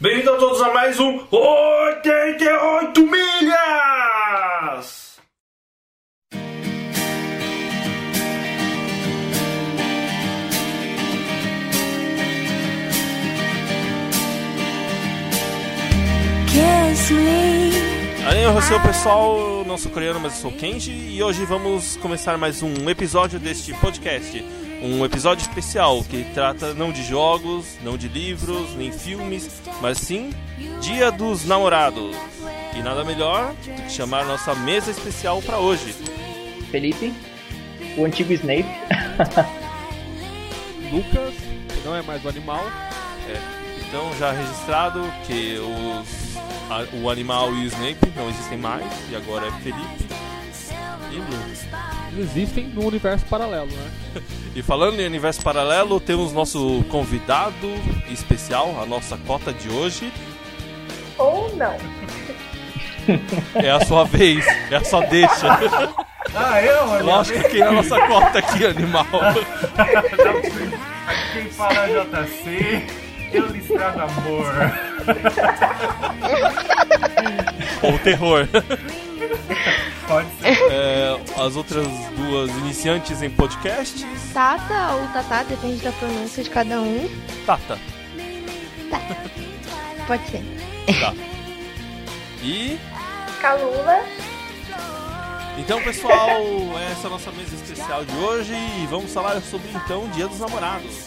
Bem-vindo a todos a mais um 88 milhas! Kiss me. Aí, eu sou o pessoal, eu não sou coreano, mas eu sou Kenji e hoje vamos começar mais um episódio deste podcast. Um episódio especial que trata não de jogos, não de livros, nem filmes, mas sim Dia dos Namorados. E nada melhor do que chamar nossa mesa especial para hoje. Felipe, o antigo Snape. Lucas, que não é mais o animal. Então, já registrado que os, a- o animal e o Snape não existem mais, e agora é Felipe e Lu. Eles existem no universo paralelo, né? E falando em universo paralelo, temos nosso convidado especial, a nossa cota de hoje. Ou não. É a sua vez, é a sua deixa. Ah, eu? Olha, Lógico que é a nossa cota aqui, animal. aqui quem fala é JC, eu lhes trago amor. Ou terror. Pode ser. É, as outras duas iniciantes em podcasts, Tata ou Tatá, depende da pronúncia de cada um. Tata. Pode ser. E Calula. Então, pessoal, essa é a nossa mesa especial de hoje e vamos falar sobre então Dia dos Namorados.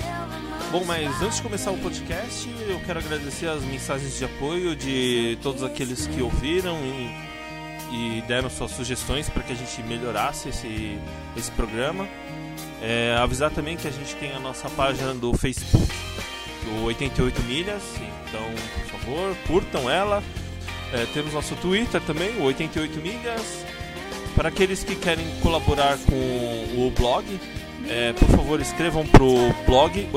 Bom, mas antes de começar o podcast, eu quero agradecer as mensagens de apoio de todos aqueles que ouviram e, e deram suas sugestões para que a gente melhorasse esse, esse programa. É, avisar também que a gente tem a nossa página do Facebook, do 88 Milhas, então, por favor, curtam ela. É, temos nosso Twitter também, o 88 Milhas. Para aqueles que querem colaborar com o blog, é, por favor escrevam pro blog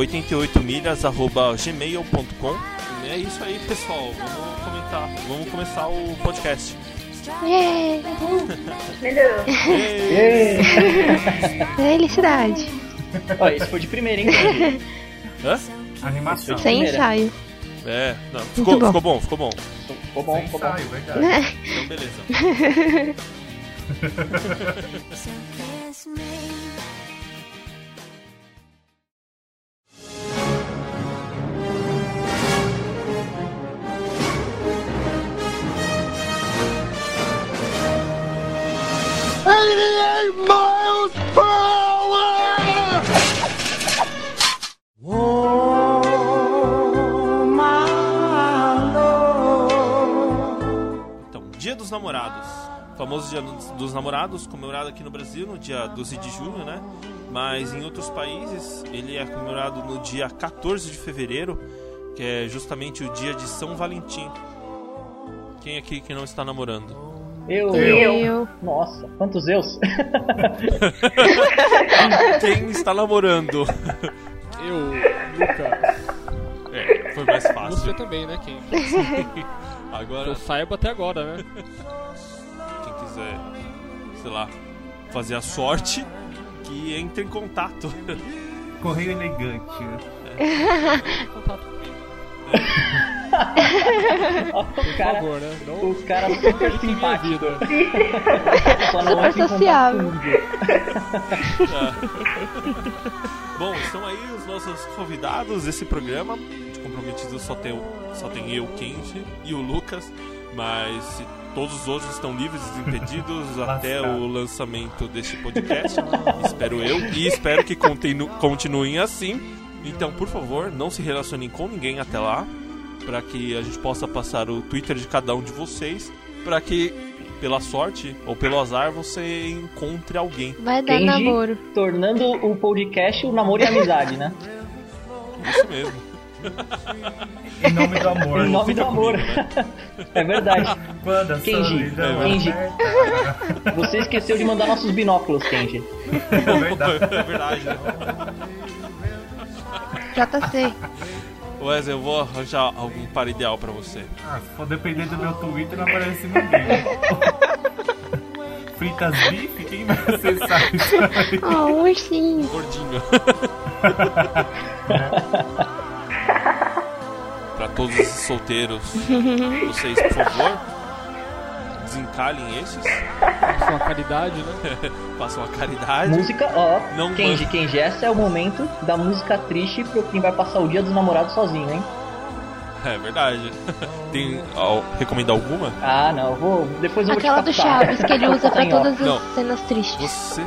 88milhas.gmail.com E É isso aí, pessoal. Vamos comentar. Vamos começar o podcast. Yeah. Ei, Ei. Felicidade. Ó, esse foi de primeira, hein? Candy? Hã? Animação. Sim. Sem Primeira. ensaio. É, não, ficou, bom. ficou bom, ficou bom. Ficou bom, ficou tá bom. Né? Sai, verdade. Então, beleza. Então, Dia dos Namorados. O famoso Dia dos Namorados, comemorado aqui no Brasil no dia 12 de junho, né? Mas em outros países ele é comemorado no dia 14 de fevereiro, que é justamente o dia de São Valentim. Quem é aqui que não está namorando? Eu. Eu. Nossa, quantos eus? Quem está namorando? Eu, Lucas, É, foi mais você fácil. também, né, Ken? Que Agora, eu saiba até agora, né? quem quiser, sei lá, fazer a sorte, que entre em contato. Correio elegante. Contato comigo, Ó, o por cara, favor, né? Não o cara super fique minha simpático. vida. Só não entra em contato sociável. comigo. Bom, estão aí os nossos convidados desse programa. De comprometido só tem, o- só tem eu, Kenji e o Lucas. Mas se todos os outros estão livres e impedidos até o lançamento deste podcast. espero eu. E espero que continu- continuem assim. Então, por favor, não se relacionem com ninguém até lá. Para que a gente possa passar o Twitter de cada um de vocês. Para que, pela sorte ou pelo azar, você encontre alguém. Vai dar Entendi. namoro. Tornando o podcast o namoro e a amizade, né? Isso mesmo. Em nome do amor. Em nome do fica amor. comigo, É verdade. Manda, Kenji, solidão, Kenji. aberta. Você esqueceu de mandar nossos binóculos, Kenji. Verdade. É verdade, né? JC. Wesley, eu vou arranjar algum par ideal pra você. Ah, se for depender do meu Twitter, não aparece ninguém. Fritas bife, quem vai acessar isso aí? Oh, um ursinho. Gordinho. pra todos esses solteiros, vocês, por favor, desencalhem esses, Faça uma caridade, né? façam a caridade. Música, ó. Não Kenji, manda. Kenji, esse é o momento da música triste pra quem vai passar o dia dos namorados sozinho, hein? É verdade. Tem. Ó, recomenda alguma? Ah, não, eu vou. Depois eu Aquela vou do te passar. Chaves que ele usa pra Tem, ó, todas Não. as cenas tristes. Você.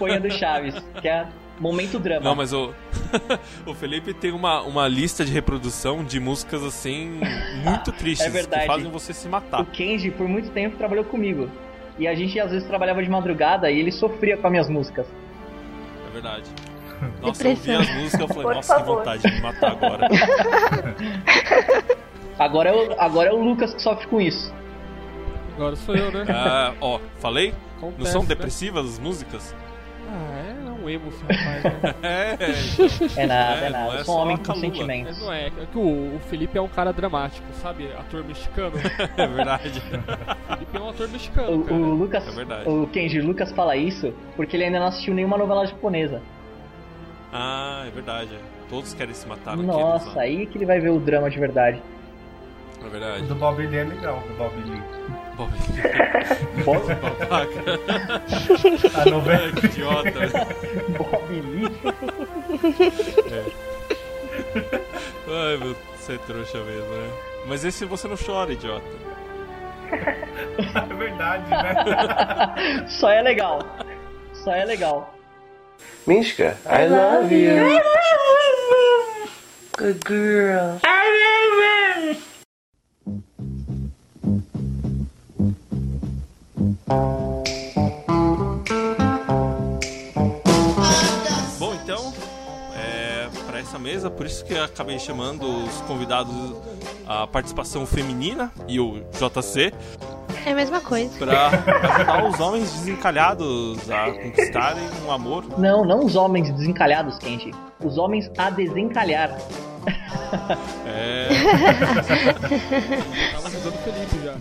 Põe a do Chaves, que é momento drama. Não, mas o. o Felipe tem uma, uma lista de reprodução de músicas assim. Muito tristes. Que verdade. fazem você se O matar. Kenji, por muito tempo, trabalhou comigo. E a gente às vezes trabalhava de madrugada e ele sofria com as minhas músicas. É verdade. Nossa, eu vi Depressão. as músicas eu falei, Por nossa, que favor. vontade de me matar agora. Agora é o, agora é o Lucas que sofre com isso. Agora sou eu, né? Ah, ó, falei? Acontece, Não um são né? depressivas as músicas? Ah, é um emo, esse rapaz. Né? É, É nada, É, é, nada. não é Eu sou um só homem a com calúnia. Mas sentimentos. não é. É que o, o Felipe é um cara dramático, sabe? Ator mexicano. O é verdade. Felipe é um ator O, mexicano, cara. o Lucas, É verdade. o Kenji Lucas fala isso porque ele ainda não assistiu nenhuma novela japonesa. Ah, é verdade. Todos querem se matar naqueles Nossa, lá. aí que ele vai ver o drama de verdade. É O verdade. do Bob Lee é legal, o do Bob Lee. Bom, Bob, babaca, A novela. que idiota. Bob Lee? Ai, meu, você é trouxa mesmo, né? Mas esse você não chora, idiota. É verdade, né? Só é legal. Só é legal. Mishka, I love you. Good girl. Bom, então, é, para essa mesa, por isso que eu acabei chamando os convidados a participação feminina e o JC É a mesma coisa. para ajudar os homens desencalhados a conquistarem um amor. Não, não os homens desencalhados, Kenji. Os homens a desencalhar. É, Tava ajudando o Felipe já.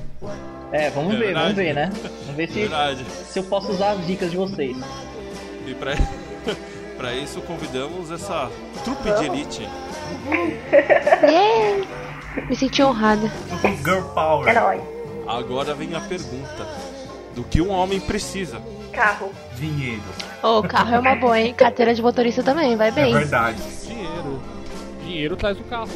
É, vamos É ver, verdade. É vamos ver, né? Vamos ver se, verdade. se eu posso usar as dicas de vocês. E pra, pra isso convidamos essa trupe de elite. Yeah. Me senti honrada. Girl Power. Herói. Agora vem a pergunta: do que um homem precisa? Carro. Dinheiro. Ô, carro é uma boa, hein? Carteira de motorista também, vai É bem. verdade. Dinheiro. Dinheiro traz o carro.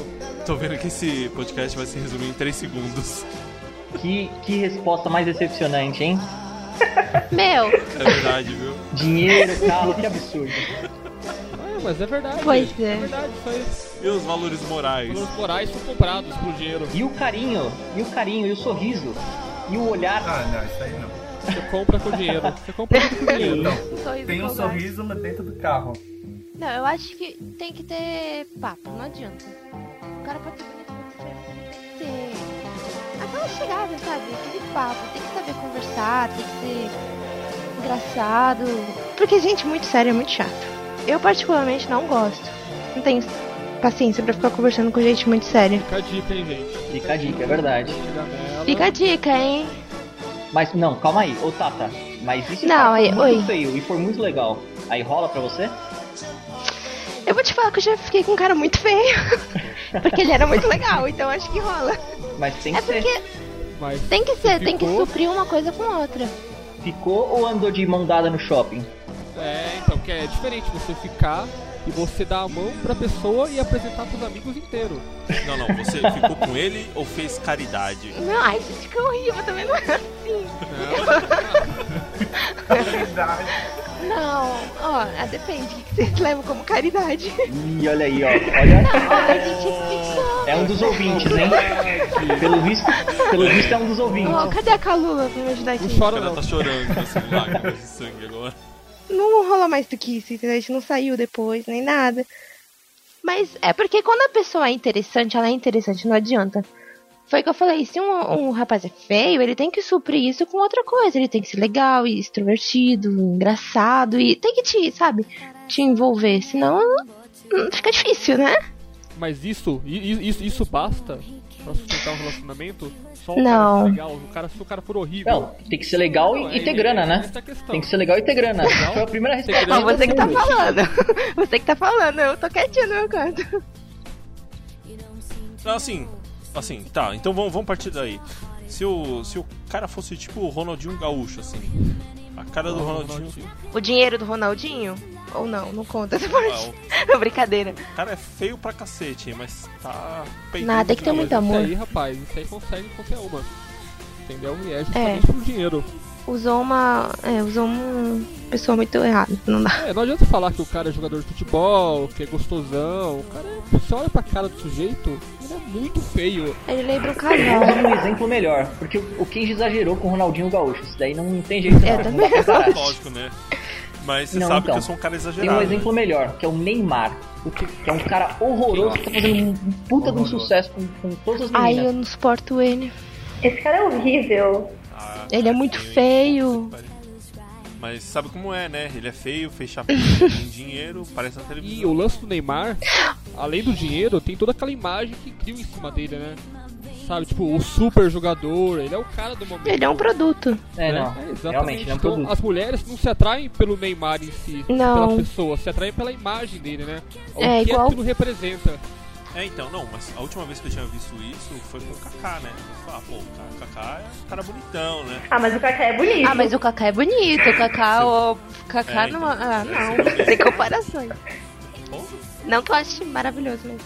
Tô vendo que esse podcast vai se resumir em 3 segundos. Que, que resposta mais decepcionante, hein? Meu, É verdade, viu? Dinheiro, carro, que absurdo. Ah, mas é verdade. Pois é. É verdade, isso aí. E os valores morais? Valores morais são comprados por dinheiro. E o carinho, e o carinho, e o sorriso, e o olhar. Ah, não, isso aí não. Você compra com dinheiro. Você compra tudo com dinheiro. Então. sorriso Tem um folgado. sorriso lá dentro do carro. Não, eu acho que tem que ter papo, não adianta. O cara pode ser bonito, pode ser feio, mas ele tem que ter aquela chegada, sabe? Aquele papo, tem que saber conversar, tem que ser engraçado. Porque gente muito séria é muito chato. Eu particularmente não gosto. Não tenho paciência pra ficar conversando com gente muito séria. Fica a dica, hein, gente. Fica a dica, é verdade. Chegar nela. Fica a dica, hein? Mas não, calma aí, ô Tata. Mas isso tá Não, aí, muito oi. feio e for muito legal. Aí rola pra você? Eu vou te falar que eu já fiquei com um cara muito feio. porque ele era muito legal, então acho que rola. Mas tem que É porque Mas tem que ser, tem que Ficou. suprir uma coisa com outra. ser. Ficou ou andou de mão dada no shopping? É, então, que é diferente você ficar e você dar a mão pra pessoa e apresentar pros amigos inteiro. Não, não, você ficou com ele ou fez caridade? Não, ai, gente, que horrível, também não é assim. Verdade. Não, ó, ah, depende, o que vocês levam como caridade? Ih, olha aí, ó. Olha, Ai, gente, ficção. é um dos ouvintes, hein? Pelo visto, pelo visto é um dos ouvintes. Ó, cadê a Calula pra me ajudar aqui? Não O chora cara tá não. chorando com esse lágrimas de sangue agora. Não rola mais do que isso, entendeu? A gente não saiu depois, nem nada. Mas é porque quando a pessoa é interessante, ela é interessante, não adianta. Foi o que eu falei, se um, um rapaz é feio, ele tem que suprir isso com outra coisa. Ele tem que ser legal e extrovertido, engraçado e tem que te, sabe, te envolver. Senão hum, fica difícil, né? Mas isso, i- i- isso, isso basta pra sustentar um relacionamento? Só o Não. cara ser legal, o cara, se o cara for horrível. Não, tem que ser legal Não, e, é- e ter grana, é- é né? essa a questão. Tem que ser legal e ter grana. Legal. Foi a primeira Ter resposta. Não, grana. de você que tá todo mundo. falando. Você que tá falando, eu tô quietinha no meu canto. Não, assim, assim, tá, então vamos, vamos partir daí. Se o, se o cara fosse tipo o Ronaldinho Gaúcho, assim. A cara do Ronaldinho. tipo, O dinheiro do Ronaldinho? Ou não, não conta essa Ah, parte. Brincadeira. O cara é feio pra cacete, mas tá peitando Nada, tem que ter dinheiro. muito amor. Isso aí, rapaz, isso aí consegue qualquer uma. Entendeu? E é justamente pelo dinheiro. Usou uma. É, usou uma pessoa muito errada. Não dá. É, não adianta falar que o cara é jogador de futebol, que é gostosão. O cara, é- você olha pra cara do sujeito, ele é muito feio. Ele lembra um Eu casal. quero um exemplo melhor, porque o o Kenji exagerou com o Ronaldinho Gaúcho. Isso daí não tem jeito. É, não, também não dá pra comparar. Lógico, né? Mas você Não, sabe então. que eu sou um cara Tem exagerado. um né? exemplo melhor, que é o Neymar. o Que que é um cara horroroso que tá fazendo um puta de um sucesso com, com todas as Ai, eu meninas. não suporto ele. Esse cara é horrível. Ah, Ele é muito feio. Mas sabe como é, né? Ele é feio, fez chapéu, tem dinheiro, parece na E televisão. o lance do Neymar, além do dinheiro, tem toda aquela imagem que criam em cima dele, né? Sabe, tipo, o super jogador, ele é o cara do momento. Ele é um produto. É, né? não. É, exatamente. Realmente, ele é um Então, produto. as mulheres não se atraem pelo Neymar em si, Não. pela pessoa, se atraem pela imagem dele, né? O É, que igual- aquilo representa. É, então, não, mas a última vez que eu tinha visto isso foi com o Kaká, né? Eu falei, Ah, pô, o Ka- Kaká é um cara bonitão, né? Ah, mas o Kaká é bonito. Ah, mas o Kaká é bonito. O Kaká, o Kaká É, não. então. Ah, não. Sem comparações. Bom, Não que eu ache maravilhoso, mas.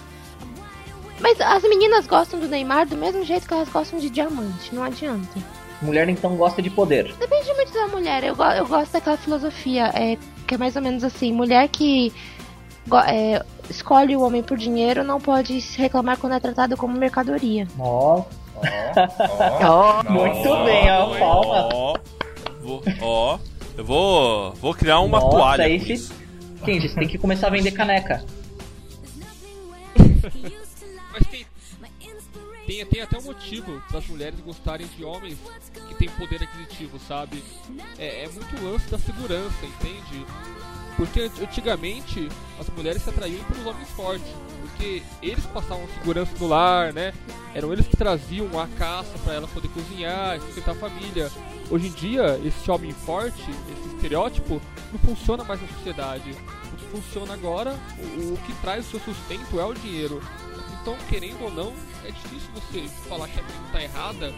Mas as meninas gostam do Neymar do mesmo jeito que elas gostam de diamante, não adianta. Mulher então gosta de poder. Depende muito da mulher, eu, go- eu gosto daquela filosofia, é, que é mais ou menos assim, mulher que go- é, escolhe o homem por dinheiro não pode se reclamar quando é tratada como mercadoria. Ó, Ó, muito bem, ó, palma. ó, vou, ó, eu vou, vou criar uma Nossa, toalha com esse- isso. Kenji, você tem que começar a vender caneca. Mas tem, tem, tem até um motivo das mulheres gostarem de homens que têm poder aquisitivo, sabe? É, é muito lance da segurança, entende? Porque ant- antigamente as mulheres se atraíam pelos homens fortes, porque eles passavam segurança no lar, né? Eram eles que traziam a caça pra ela poder cozinhar, sustentar a família. Hoje em dia, esse homem forte, esse estereótipo, não funciona mais na sociedade. O que funciona agora, o, o que traz o seu sustento é o dinheiro. Então, querendo ou não, é difícil você falar que a menina tá errada,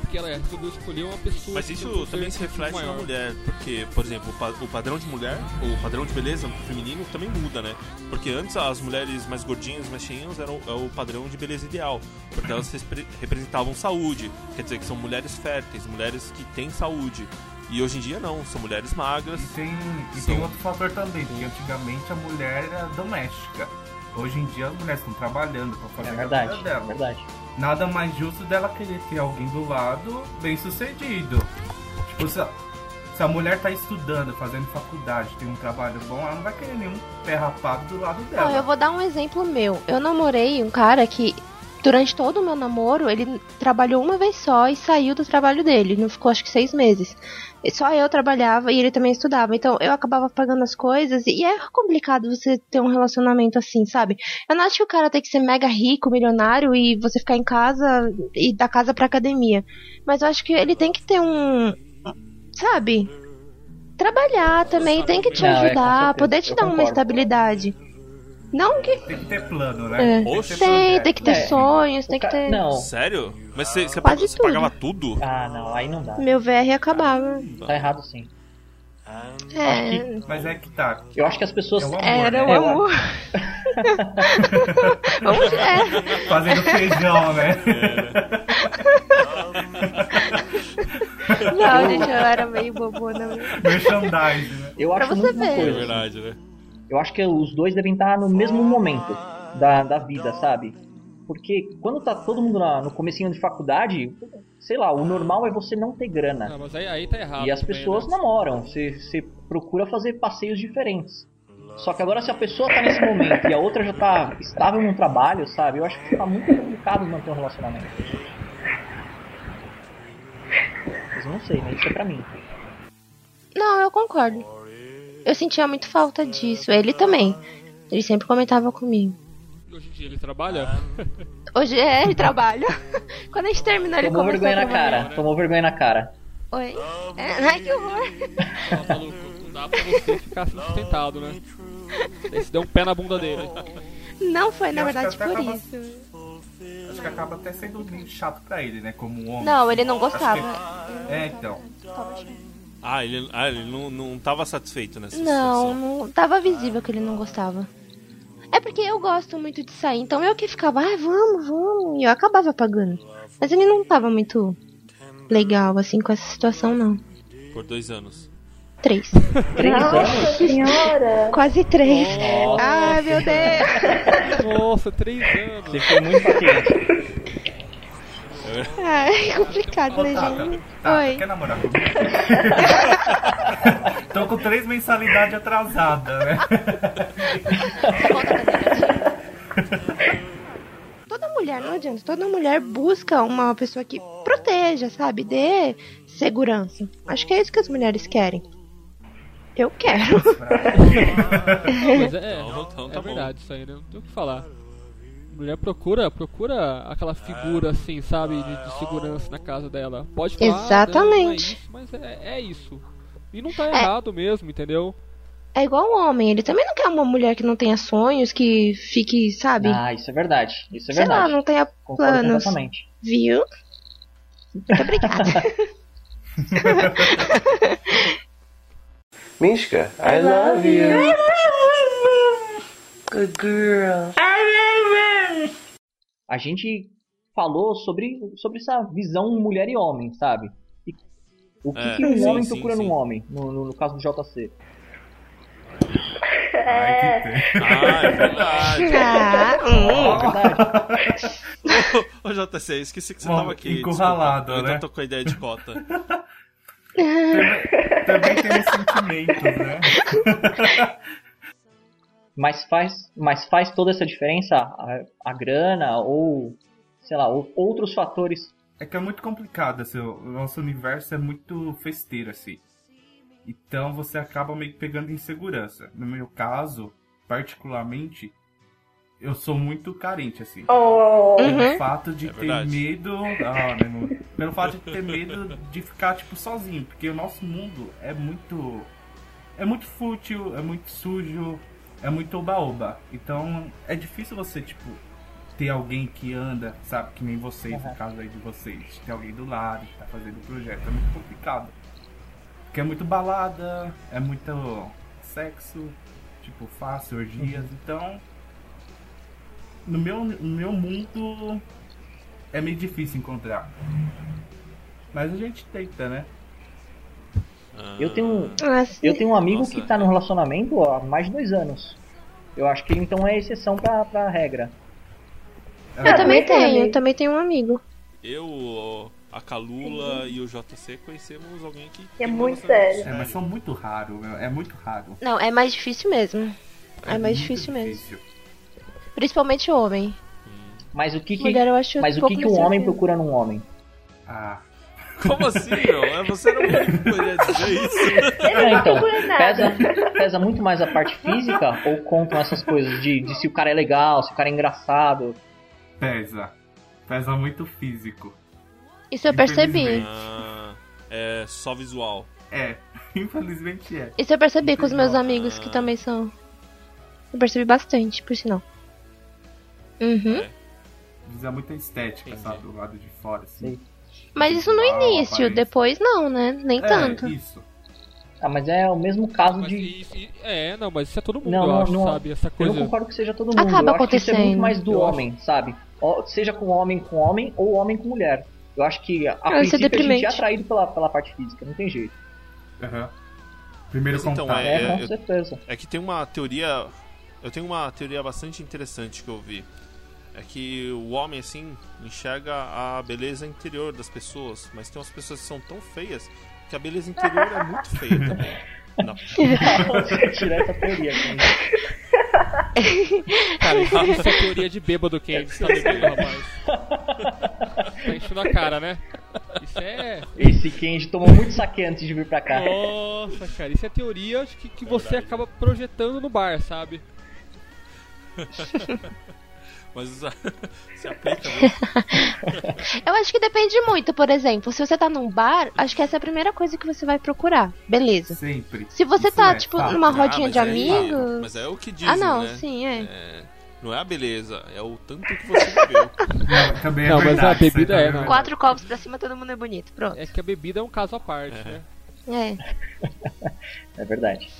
porque ela resolveu escolher uma pessoa. Mas que tem um isso poder também se reflete na maior. mulher, porque, por exemplo, o pa- o padrão de mulher, o padrão de beleza feminino também muda, né? Porque antes as mulheres mais gordinhas, mais cheinhas, eram é o padrão de beleza ideal, porque elas respre- representavam saúde, quer dizer que são mulheres férteis, mulheres que têm saúde. E hoje em dia não, são mulheres magras. E tem, e Sim. tem outro fator também, porque antigamente a mulher era doméstica. Hoje em dia as mulheres estão trabalhando pra fazer É a verdade, vida é dela. verdade. Nada mais justo dela querer ter alguém do lado bem sucedido. Tipo, se a, se a mulher tá estudando, fazendo faculdade, tem um trabalho bom, ela não vai querer nenhum pé rapado do lado Ó, eu dela. vou dar um exemplo meu. Eu namorei um cara que, durante todo o meu namoro, ele trabalhou uma vez só e saiu do trabalho dele. Não ficou, acho que, seis meses. E Só eu trabalhava e ele também estudava. Então, eu acabava pagando as coisas. E é complicado você ter um relacionamento assim, sabe? Eu não acho que o cara tem que ser mega rico, milionário e você ficar em casa e da casa pra academia. Mas eu acho que ele tem que ter um. Sabe? Trabalhar também, tem que te Não, é, com ajudar, certeza. poder te Eu dar uma concordo. estabilidade. Não que Tem que ter plano, É. né? Oxe. tem, tem que ter É. sonhos, tem Ca- que ter. Não, Sério? Mas você- você Quase pag- você tudo. pagava tudo? ah, não, aí não dá. Meu VR acabava. Tá errado sim. É. Que- mas é que tá. Eu acho que as pessoas. É o amor, Era o né? amor. Vamos, é. Fazendo feijão, né? Não, gente, eu era meio bobona. mesmo. Merchandise, né? Eu acho Pra você muito uma ver. É coisa. verdade, né? Eu acho que os dois devem estar no mesmo momento da, da vida, sabe? Porque quando tá todo mundo na- no comecinho de faculdade, sei lá, o normal é você não ter grana. Não, mas aí, aí tá errado. E as também, pessoas né? namoram, você, você procura fazer passeios diferentes. Só que agora se a pessoa tá nesse momento e a outra já tá estável no trabalho, sabe? Eu acho que tá muito complicado manter um relacionamento. Mas eu não sei, né? Isso é pra mim. Não, eu concordo. Eu sentia muito falta disso. Ele também. Ele sempre comentava comigo. Hoje em dia ele trabalha? Ah, Hoje é, ele trabalha. Quando a gente terminou, ele Tomou começou vergonha a né? na trabalhar. cara. Tomou vergonha na cara. Oi? É, ai, que horror. Ó, Tá maluco, não dá pra você ficar assim sustentado, né? Daí você deu um pé na bunda dele. Não foi, na Eu acho que verdade, até por acaba- isso. que acaba até sendo meio chato pra ele, né? Como homem. Não, ele não Acho que- gostava. É, então. Ah, ele, ah, ele não, não tava satisfeito nessa Não, situação. não, tava visível que ele não gostava. É porque eu gosto muito de sair, então eu que ficava, ah, vamos, vamos, e eu acabava pagando. Mas ele não tava muito legal, assim, com essa situação, não. Por dois anos. Três. Três anos? Nossa senhora! Quase três. Nossa. Ai, meu Deus. Nossa, três anos. Você foi muito paciente. Ai, complicado, né, gente? Tá, quer Oi. namorar comigo? Tô com três mensalidades atrasadas, né? Toda mulher, não adianta, toda mulher busca uma pessoa que proteja, sabe? Dê segurança. Acho que é isso que as mulheres querem. Eu quero. Mas é, Não, não, não, é tá bom. verdade isso aí, né? Não tem o que falar. Mulher procura, procura É. aquela figura assim, sabe, de, Ah. de segurança na casa dela. Pode falar. "Ah, não, é Exatamente. isso", mas é, é isso. E não tá errado mesmo, entendeu? É igual o homem, ele também não quer uma mulher que não tenha sonhos, que fique, sabe? Ah, isso é verdade. Isso é sei lá, verdade. não tenha Concordo planos. completamente. Viu? Muito obrigada. Mishka, I love you. Good girl. A gente falou sobre, sobre essa visão mulher e homem, sabe? E o que, É, que um sim, homem sim, procura sim. num homem, no, no- no caso do JC. Ai, que pena. Ah, é verdade. Ah, hum. Ô, JC, esqueci que você Bom, tava aqui. encurralado, desculpa. Eu né? ainda tô com a ideia de cota. Também- Também tem os sentimentos, né? Mas faz, mas faz toda essa diferença a, a grana ou, sei lá, ou outros fatores. É que é muito complicado, assim, o nosso universo é muito festeiro, assim. Então você acaba meio que pegando insegurança. No meu caso, particularmente, eu sou muito carente, assim. Oh, Pelo Uhum. fato de É ter verdade. medo. Ah, né, não- pelo fato de ter medo de ficar, tipo, sozinho. Porque o nosso mundo é muito. É muito fútil, é muito sujo, é muito oba-oba. Então é difícil você, tipo, ter alguém que anda, sabe, que nem vocês, no caso aí de vocês. Ter alguém do lado, que tá fazendo o projeto. É muito complicado. Porque é muito balada, é muito sexo, tipo, fácil, orgias, então. No meu, no meu mundo é meio difícil encontrar. Mas a gente tenta, né? Eu tenho, hum. Nossa. eu tenho um amigo Ah. Nossa. que tá num relacionamento há mais de dois anos. Eu acho que ele então é exceção pra, pra regra. Eu também né? tenho, eu também tenho um amigo. Eu, o- a Calula e o JC conhecemos alguém que. É tem muito relacionamento É, mas são muito raro, meu, é muito raro. Não, é mais difícil mesmo. É mais muito difícil mesmo. difícil. Principalmente o homem. Mas o que, que, Mulher eu acho mas o pouco que, que um homem mais tranquilo. procura num homem? Ah, Como assim, meu? É, Você não poderia dizer isso. É, então, procura nada. pesa, pesa muito mais a parte física ou contam essas coisas de, de se o cara é legal, se o cara é engraçado? pesa. Pesa muito físico. Isso eu percebi. Infelizmente. Ah, é só visual. É, infelizmente é. Isso eu percebi com os meus Não. amigos que também são. Eu percebi bastante, por sinal. Uhum. Usa muita estética, Entendi. sabe? Do lado de fora, assim. Mas isso no Ah, início, aparência. depois não, né? Nem tanto. É, isso. Ah, mas é o mesmo caso Mas de. isso- e- é, não, mas isso é todo mundo, Não, eu não, acho, não. sabe? Essa Eu coisa. não concordo que seja todo mundo. Acaba eu acho que isso é muito acontecendo, mais do eu homem, sabe? Ó, Seja com homem com homem ou homem com mulher. Eu acho que a Ah, isso é princípio a gente deprimente. é atraído pela, pela parte física, não tem jeito. Aham. Primeiro Mas então, contato. É, É, com eu- certeza. É que tem uma teoria. Eu tenho uma teoria bastante interessante que eu vi. É que o homem, assim, enxerga a beleza interior das pessoas. Mas tem umas pessoas que são tão feias que a beleza interior é muito feia também. Não, Tirar essa teoria. assim. cara. Cara, isso isso é teoria de bêbado quem é que tá bebendo, rapaz. Tá enchendo a cara, né? Isso é. Esse Kenji tomou muito saque antes de vir pra cá. Nossa, cara, isso é teoria de que, que você acaba projetando no bar, sabe? mas se aplica mesmo. Eu acho que depende muito, por exemplo, se você tá num bar, acho que essa é a primeira coisa que você vai procurar. é. Beleza. Sempre. Se você Isso tá, é tipo, fato. numa Ah, rodinha mas de aí- amigos. Mas é o que dizem, Ah, não, né? sim, é. É, Não é a beleza, é o tanto que você bebeu. Não, também é Não, mas a verdade. isso aí bebida também é, não. verdade. Quatro copos pra cima, todo mundo é bonito. Pronto. É que a bebida é um caso à parte, né? É. É verdade.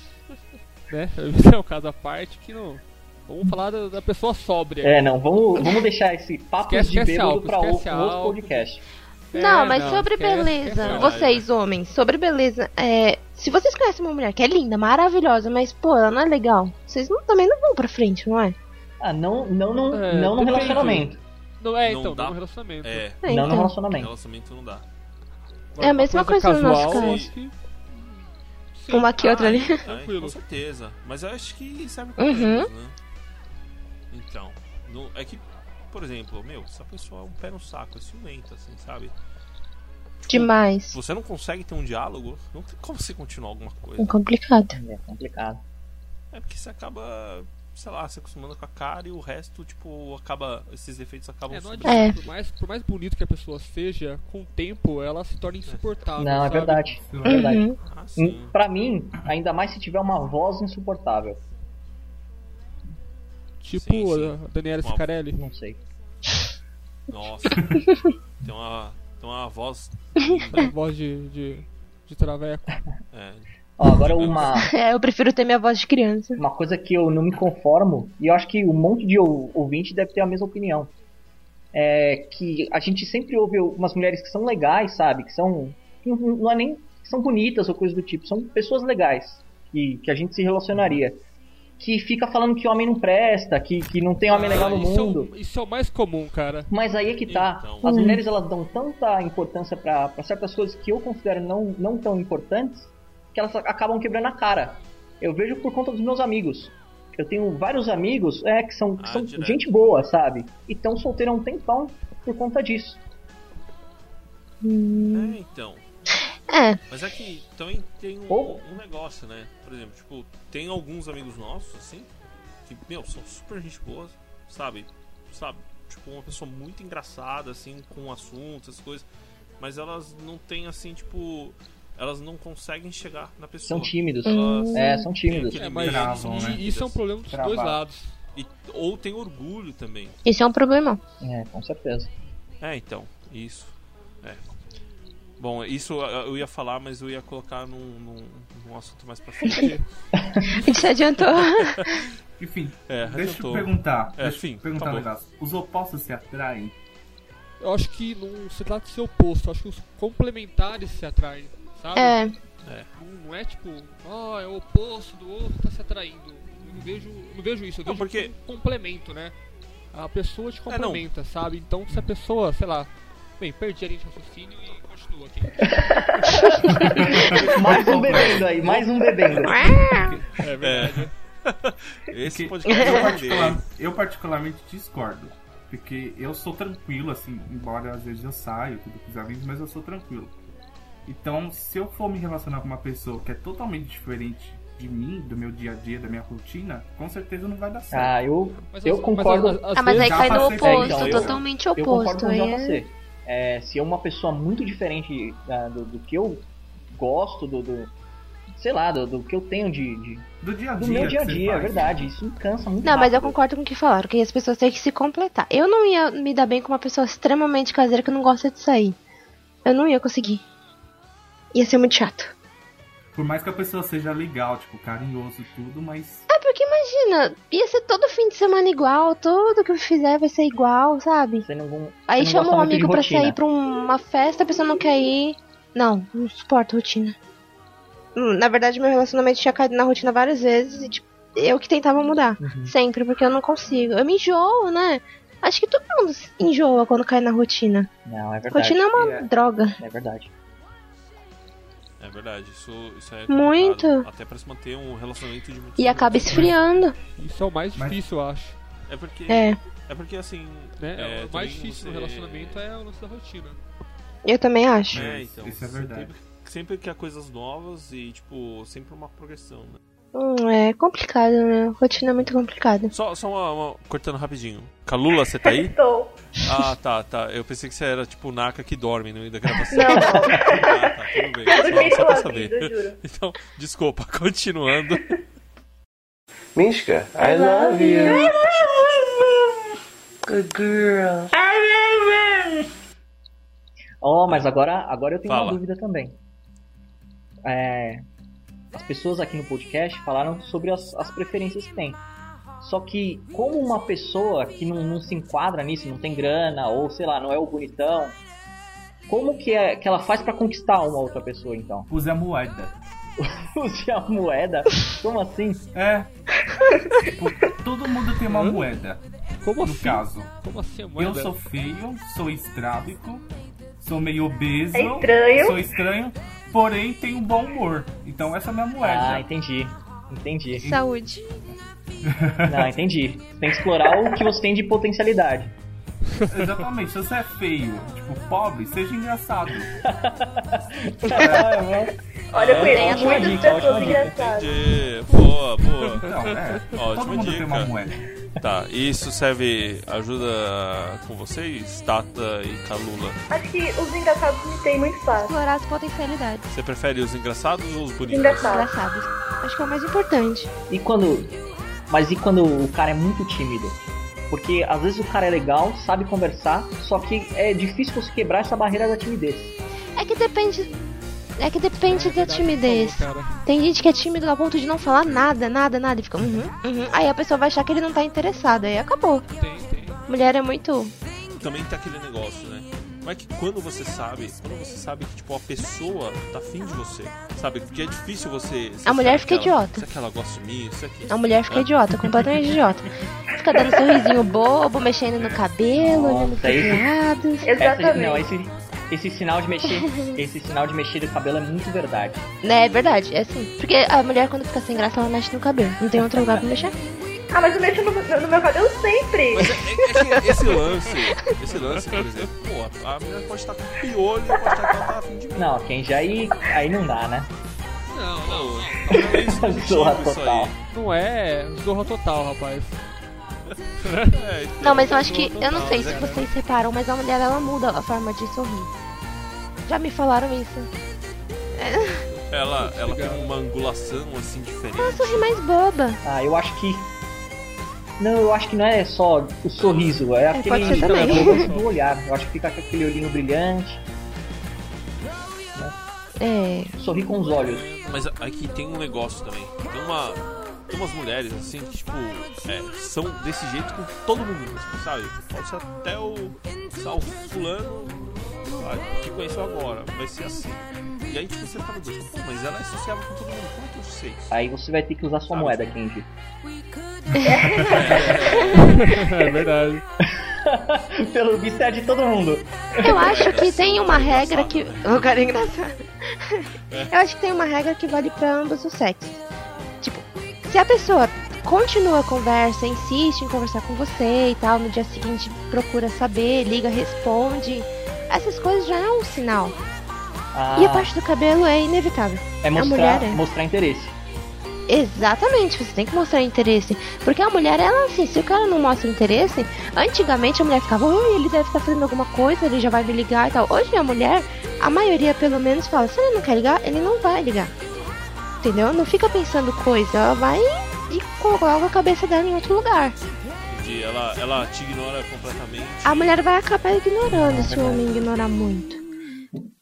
né? A bebida é um caso à parte que não. Vamos falar da, da pessoa sóbria. É, não, vamos, vamos deixar esse papo Esquece- de esquece bêbado álcool, pra outro, esquece outro álcool. podcast. É, Não, mas sobre esquece, beleza, esquece. vocês homens, sobre beleza, é, se vocês conhecem uma mulher que é linda, maravilhosa, mas pô, ela não é legal, vocês não- também não vão pra frente, não é? Ah, não, não, não, É, não no depende. relacionamento. Não é, Não então, dá. não é um relacionamento. É, É, não no então. relacionamento. relacionamento não dá. Agora, É a uma mesma coisa no nosso casual, caso. que- é, Sim. Uma aqui, outra ali. Ah, Tranquilo. Com certeza. Mas eu acho que serve pra Uhum. todos, né? Então, não- é que, por exemplo, meu, essa pessoa é um pé no saco, é ciumenta, assim, sabe? Demais. Se você não consegue ter um diálogo, não tem como você continuar alguma coisa. É complicado. É complicado. É porque você acaba, sei lá, se acostumando com a cara e o resto, tipo, acaba. Esses defeitos acabam É, não subindo. adianta. É. Por, mais, por mais bonito que a pessoa seja, com o tempo ela se torna insuportável. Não, é sabe? verdade. Isso É verdade. Uhum. Ah, sim. Hum, Pra mim, ainda mais se tiver uma voz insuportável. Tipo Sim, sim. a Daniela Uma- Scarelli. Não sei. Nossa. tem uma. Tem uma voz. A voz de, de, de Traveco. É, Ó, agora uma, É, eu prefiro ter minha voz de criança. uma coisa que eu não me conformo, e eu acho que um monte de ou- ouvinte deve ter a mesma opinião. É que a gente sempre ouve umas mulheres que são legais, sabe? Que são. que não- Não é nem que são bonitas ou coisa do tipo, são pessoas legais que, que a gente se relacionaria. Que fica falando que homem não presta, que, que não tem homem legal Tá no Ah, isso é o- mundo. isso é o mais comum, cara. Mas aí é que tá. Então. As mulheres elas dão tanta importância pra pra certas coisas que eu considero não, não tão importantes que elas acabam quebrando a cara. Eu vejo por conta dos meus amigos. Eu tenho vários amigos é, que são, que Ah, são direto. gente boa, sabe? E tão solteiro há um tempão por conta disso. Hum. é, então. É, Mas é que também tem um, Ou- um negócio, né? Por exemplo, tipo, tem alguns amigos nossos, assim, que, meu, são super gente boa, sabe? Sabe? Tipo, uma pessoa muito engraçada, assim, com assuntos, essas coisas. Mas elas não têm, assim, tipo. Elas não conseguem chegar na pessoa. São tímidos. Elas É, são têm tímidos. aquele É, mas medo, Travam, são né? E isso é um tímidas. problema dos Travar. dois lados. E- ou tem orgulho também. isso é um problemão. É, com certeza. É, então, isso. É. Bom, isso eu eu ia falar, mas eu ia colocar num, num, num assunto mais pra frente. Isso adiantou. Enfim, É, deixa eu adiantou. perguntar. É, deixa enfim, eu perguntar tá um bom. negócio. Os opostos se atraem? Eu acho que não se trata de ser oposto, eu acho que os complementares se atraem, sabe? É, Não, não é tipo, ó, é o oposto do outro tá se atraindo. Eu Não vejo, eu não vejo isso, eu Não, vejo porque- um complemento, né? A pessoa te É, não. complementa, sabe? Então se a pessoa, sei lá, bem, perdi a linha de raciocínio e continua aqui. É Mais um bebendo aí, mais um bebendo. É verdade. Esse Que- podcast Eu, é particular- eu particularmente discordo. Porque eu sou tranquilo, assim, embora às vezes eu saio tudo com os amigos, mas eu sou tranquilo. Então, se eu for me relacionar com uma pessoa que é totalmente diferente de mim, do meu dia a dia, da minha rotina, com certeza não vai dar certo. Ah, eu, Mas eu às- concordo. Mas, às- às ah, mas vezes- aí já cai no passei por aí, oposto, então, eu- totalmente Eu concordo oposto. com o aí é- JC. É, se é uma pessoa muito diferente ah, do, do que eu gosto, do, do- sei lá, do, do que eu tenho de, de- do dia a do dia. meu dia a que você dia, é faz. né? verdade. Isso me cansa muito. Não, mas eu rápido. concordo com o que falaram, que as pessoas têm que se completar. Eu não ia me dar bem com uma pessoa extremamente caseira que não gosta de sair. Eu não ia conseguir. Ia ser muito chato. Por mais que a pessoa seja legal, tipo, carinhoso e tudo, mas. É porque imagina, ia ser todo fim de semana igual, tudo que eu fizer vai ser igual, sabe? Você não, você Aí não chama gosta um muito de amigo pra rotina. sair pra uma festa, a pessoa não quer ir. Não, não suporto rotina. Hum, Na verdade, meu relacionamento tinha caído na rotina várias vezes e tipo, eu que tentava mudar. Uhum. Sempre, porque eu não consigo. Eu me enjoo, né? Acho que todo mundo se enjoa quando cai na rotina. Não, é verdade. Rotina é uma é. droga. É verdade. É verdade, isso, isso é Muito. complicado. Até pra se manter um relacionamento de muito E acaba esfriando. Isso é o mais Mas- difícil, eu acho. É porque, é. É. porque assim. Né? é, também o mais difícil você- no relacionamento é o lance da rotina. Eu também acho. É, então. Isso é você verdade. tem- Sempre que há coisas novas e, tipo, sempre uma progressão, né? Hum, é complicado, né? Rotina é muito complicada. Só, só uma, uma- Cortando rapidinho. Calula, você tá aí? Estou. Ah, tá, tá. Eu pensei que você era, tipo, o Naka que dorme no meio da gravação. Não, não. Ah, tá, tudo bem. Dormi Só, só pra duas vezes, eu saber. juro. Então, desculpa, continuando. Mishka, I love you. Good girl. Oh, mas agora, agora eu tenho Fala. uma dúvida também. É, as pessoas aqui no podcast falaram sobre as, as preferências que tem. Só que, como uma pessoa que não, não se enquadra nisso, não tem grana, ou sei lá, não é o bonitão, como que, é, que ela faz pra conquistar uma outra pessoa então? Usa moeda. Use a moeda? Como assim? É. tipo, todo mundo tem uma moeda. Como No assim? caso, Como assim a moeda? eu sou feio, sou estrábico, sou meio obeso, É estranho. sou estranho, porém tenho um bom humor. Então essa é a minha Ah, moeda. entendi. Entendi. Saúde. Não, entendi. Você tem que explorar o que você tem de potencialidade. Exatamente. Se você é feio, tipo, pobre, seja engraçado. Olha, eu conheço É, ótima muitas dica, ótima pessoas dica. engraçadas. Ah, Entendi. Boa, boa. Então, é. todo Ótima mundo tem uma dica. moeda. Tá, e isso serve. ajuda com vocês, Tata e Kalula? Acho que os engraçados me tem muito fácil. Explorar as potencialidades. Você prefere os engraçados ou os bonitos? Tá. Engraçado. Engraçados. Acho que é o mais importante. E quando. Mas e quando o cara é muito tímido? Porque às vezes o cara é legal, sabe conversar, só que é difícil você quebrar essa barreira da timidez. É que depende. É que depende da Verdade, timidez. por favor, cara. Tem gente que é tímido a ponto de não falar nada, nada, nada. E fica. Uhum, uhum. Aí a pessoa vai achar que ele não tá interessado. Aí acabou. Tem, tem. Mulher é muito. Também tá aquele negócio, né? Como é que quando você sabe, quando você sabe que tipo a pessoa tá afim de você, sabe? Porque é difícil você. você A sabe mulher fica que ela- idiota. Será que ela gosta de mim? Isso aqui. A mulher fica idiota, completamente idiota. Fica dando sorrisinho bobo, mexendo no cabelo, olhando Nossa, isso- pros lados. Essa, Exatamente. não, é esse, esse sinal de mexer. esse sinal de mexer do cabelo é muito verdade. Né, é verdade, é assim. Porque a mulher quando fica sem graça, ela mexe no cabelo. Não tem outro lugar pra mexer. Ah, mas eu mexo no, no meu cabelo sempre. Mas é, é- é que esse lance, esse lance, por exemplo, pô, a mulher pode estar com piolho, pode estar com ela tá afim de mim. Não, quem já aí, aí não dá, né? Não, não. Pô, é Zorra isso total. aí. Não é zorra total, rapaz. É, então, Não, mas eu acho que. total, Eu não sei se né? vocês reparam, mas a mulher ela muda a forma de sorrir. Já me falaram isso. Ela, ela tem uma angulação assim diferente. Ela sorri mais boba. Ah, eu acho que. Não, eu acho que não é só o sorriso, é aquele pode ser também. o lance do olhar. Eu acho que fica com aquele olhinho brilhante, É. sorri com os olhos. Mas aqui tem um negócio também. Tem uma. Tem umas mulheres assim que, tipo, é, são desse jeito com todo mundo, sabe? Pode ser até o. sei lá, o fulano sabe, que conheceu agora, vai ser assim. E aí, tipo, você tá no grupo, pô, mas ela é sociável com todo mundo, como é que eu sei? Aí você vai ter que usar sua Ah, moeda, Kenji. É verdade. Pelo visto é a de todo mundo. Eu acho que tem uma Engraçado, regra que. né? O cara é engraçado. Eu acho que tem uma regra que vale pra ambos os sexos. Tipo, se a pessoa continua a conversa, insiste em conversar com você e tal, no dia seguinte procura saber, liga, responde. Essas coisas já é um sinal. Ah, E a parte do cabelo é inevitável. é mostrar, mulher, é. mostrar interesse. Exatamente, você tem que mostrar interesse. Porque a mulher, ela assim, se o cara não mostra interesse, antigamente a mulher ficava, oi, ele deve estar fazendo alguma coisa, ele já vai me ligar e tal. Hoje a mulher, a maioria pelo menos fala, se ele não quer ligar, ele não vai ligar. Entendeu? Não fica pensando coisa, ela vai e coloca a cabeça dela em outro lugar. De ela, ela te ignora completamente. A mulher vai acabar ignorando se o homem ignorar muito.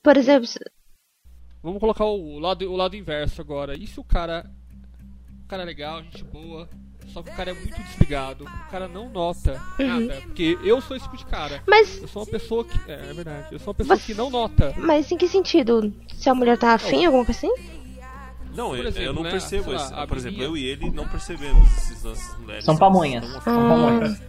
Por exemplo, se- Vamos colocar o lado, o lado inverso agora. E se o cara. O cara é legal, gente boa. Só que o cara é muito desligado. O cara não nota Uhum. nada. Porque eu sou esse tipo de cara. mas, Eu sou uma pessoa que. É, é verdade. Eu sou uma pessoa que não nota. mas em que sentido? Se a mulher tá afim, alguma coisa assim? Não, eu, exemplo, eu não né, percebo sei lá, isso. a Por exemplo, menina- eu e ele não percebemos esses lances mulheres. São pamonhas. São- Ah. São pamonhas.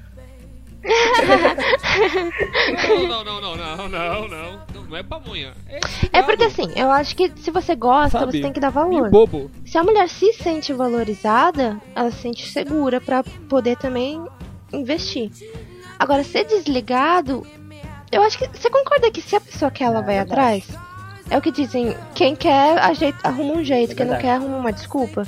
Não, não, não, não, não, não, não. Não, não é pamonha. É, É desligado. porque assim, eu acho que se você gosta, Sabe? você tem que dar E valor. bobo. Se a mulher se sente valorizada, ela se sente segura pra poder também investir. Agora, ser desligado, eu acho que. Você concorda que se a pessoa quer, ela É vai verdade. atrás? É o que dizem, quem quer ajeita, arruma um jeito, É quem não verdade. quer arruma uma desculpa.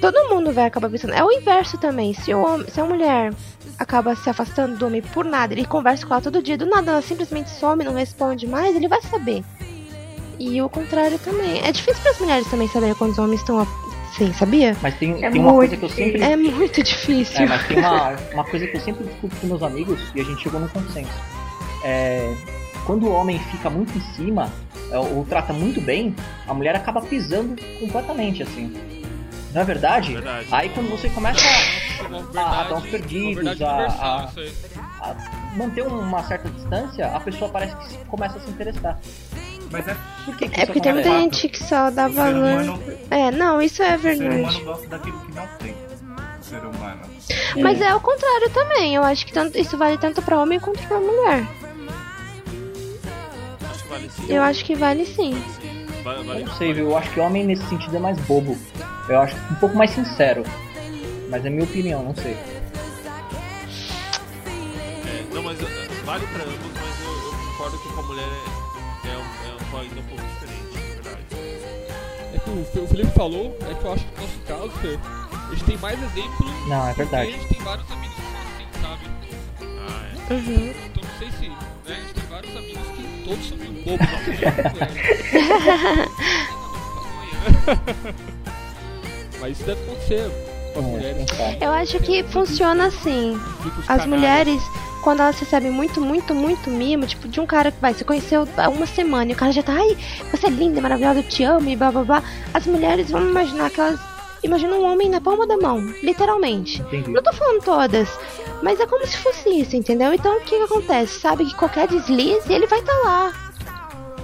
Todo mundo vai acabar pensando. É o inverso também. Se, o homem, se a mulher acaba se afastando do homem por nada, ele conversa com ela todo dia, do nada ela simplesmente some, não responde mais, ele vai saber. E o contrário também. É difícil para as mulheres também saberem quando os homens estão a- Sim, sabia? Mas tem, É tem uma coisa muito que eu sempre. É muito difícil. É, mas tem uma, uma coisa que eu sempre discuto com meus amigos e a gente chegou num consenso. É, quando o homem fica muito em cima, é, ou trata muito bem, a mulher acaba pisando completamente, assim. Não é verdade? Verdade. Aí quando você começa Uma verdade, Ah, dá uns uma perdidos, verdade ah, universal, ah. isso aí. a, a manter uma certa distância, a pessoa parece que se- começa a se interessar. Mas é Por que, que É isso porque tem acontece? muita gente que só Tá dá o ser valor. humano. É, não, isso é O ser humano verdade. gosta daquilo que não tem. O ser humano. Mas é o contrário também. Eu acho que tanto, isso vale tanto pra homem quanto pra mulher. Acho que vale sim. Eu acho que vale sim. Vale, Eu vale. não sei, viu? Eu acho que o homem nesse sentido é mais bobo. Eu acho um pouco mais sincero. Mas é minha opinião, não sei. É, não, mas eh, vale pra ambos, mas eu, eu concordo que com a mulher é, é, um, é um, ainda um pouco diferente, na verdade. É que o Fe- o Felipe falou, é que eu acho que no nosso caso, Fer, a gente tem mais exemplo. Não, é porque verdade. A gente tem vários amigos que são assim, sabe? Ah, Uhum. Então não sei se. Né, a gente tem vários amigos que todos são meio bobos. assim, né? é. Mas isso deve acontecer com as É, mulheres. quem sabe. Eu acho que funciona assim. Fica os As canalhas. mulheres, quando elas recebem muito, muito, muito mimo, tipo, de um cara que vai, você conheceu há uma semana e o cara já tá, ai, você é linda, maravilhosa, eu te amo e blá blá blá. As mulheres vão imaginar que elas imaginam um homem na palma da mão, literalmente. Entendi. Não tô falando todas, mas é como se fosse isso, entendeu? Então o que, que acontece? Sabe que qualquer deslize ele vai estar lá.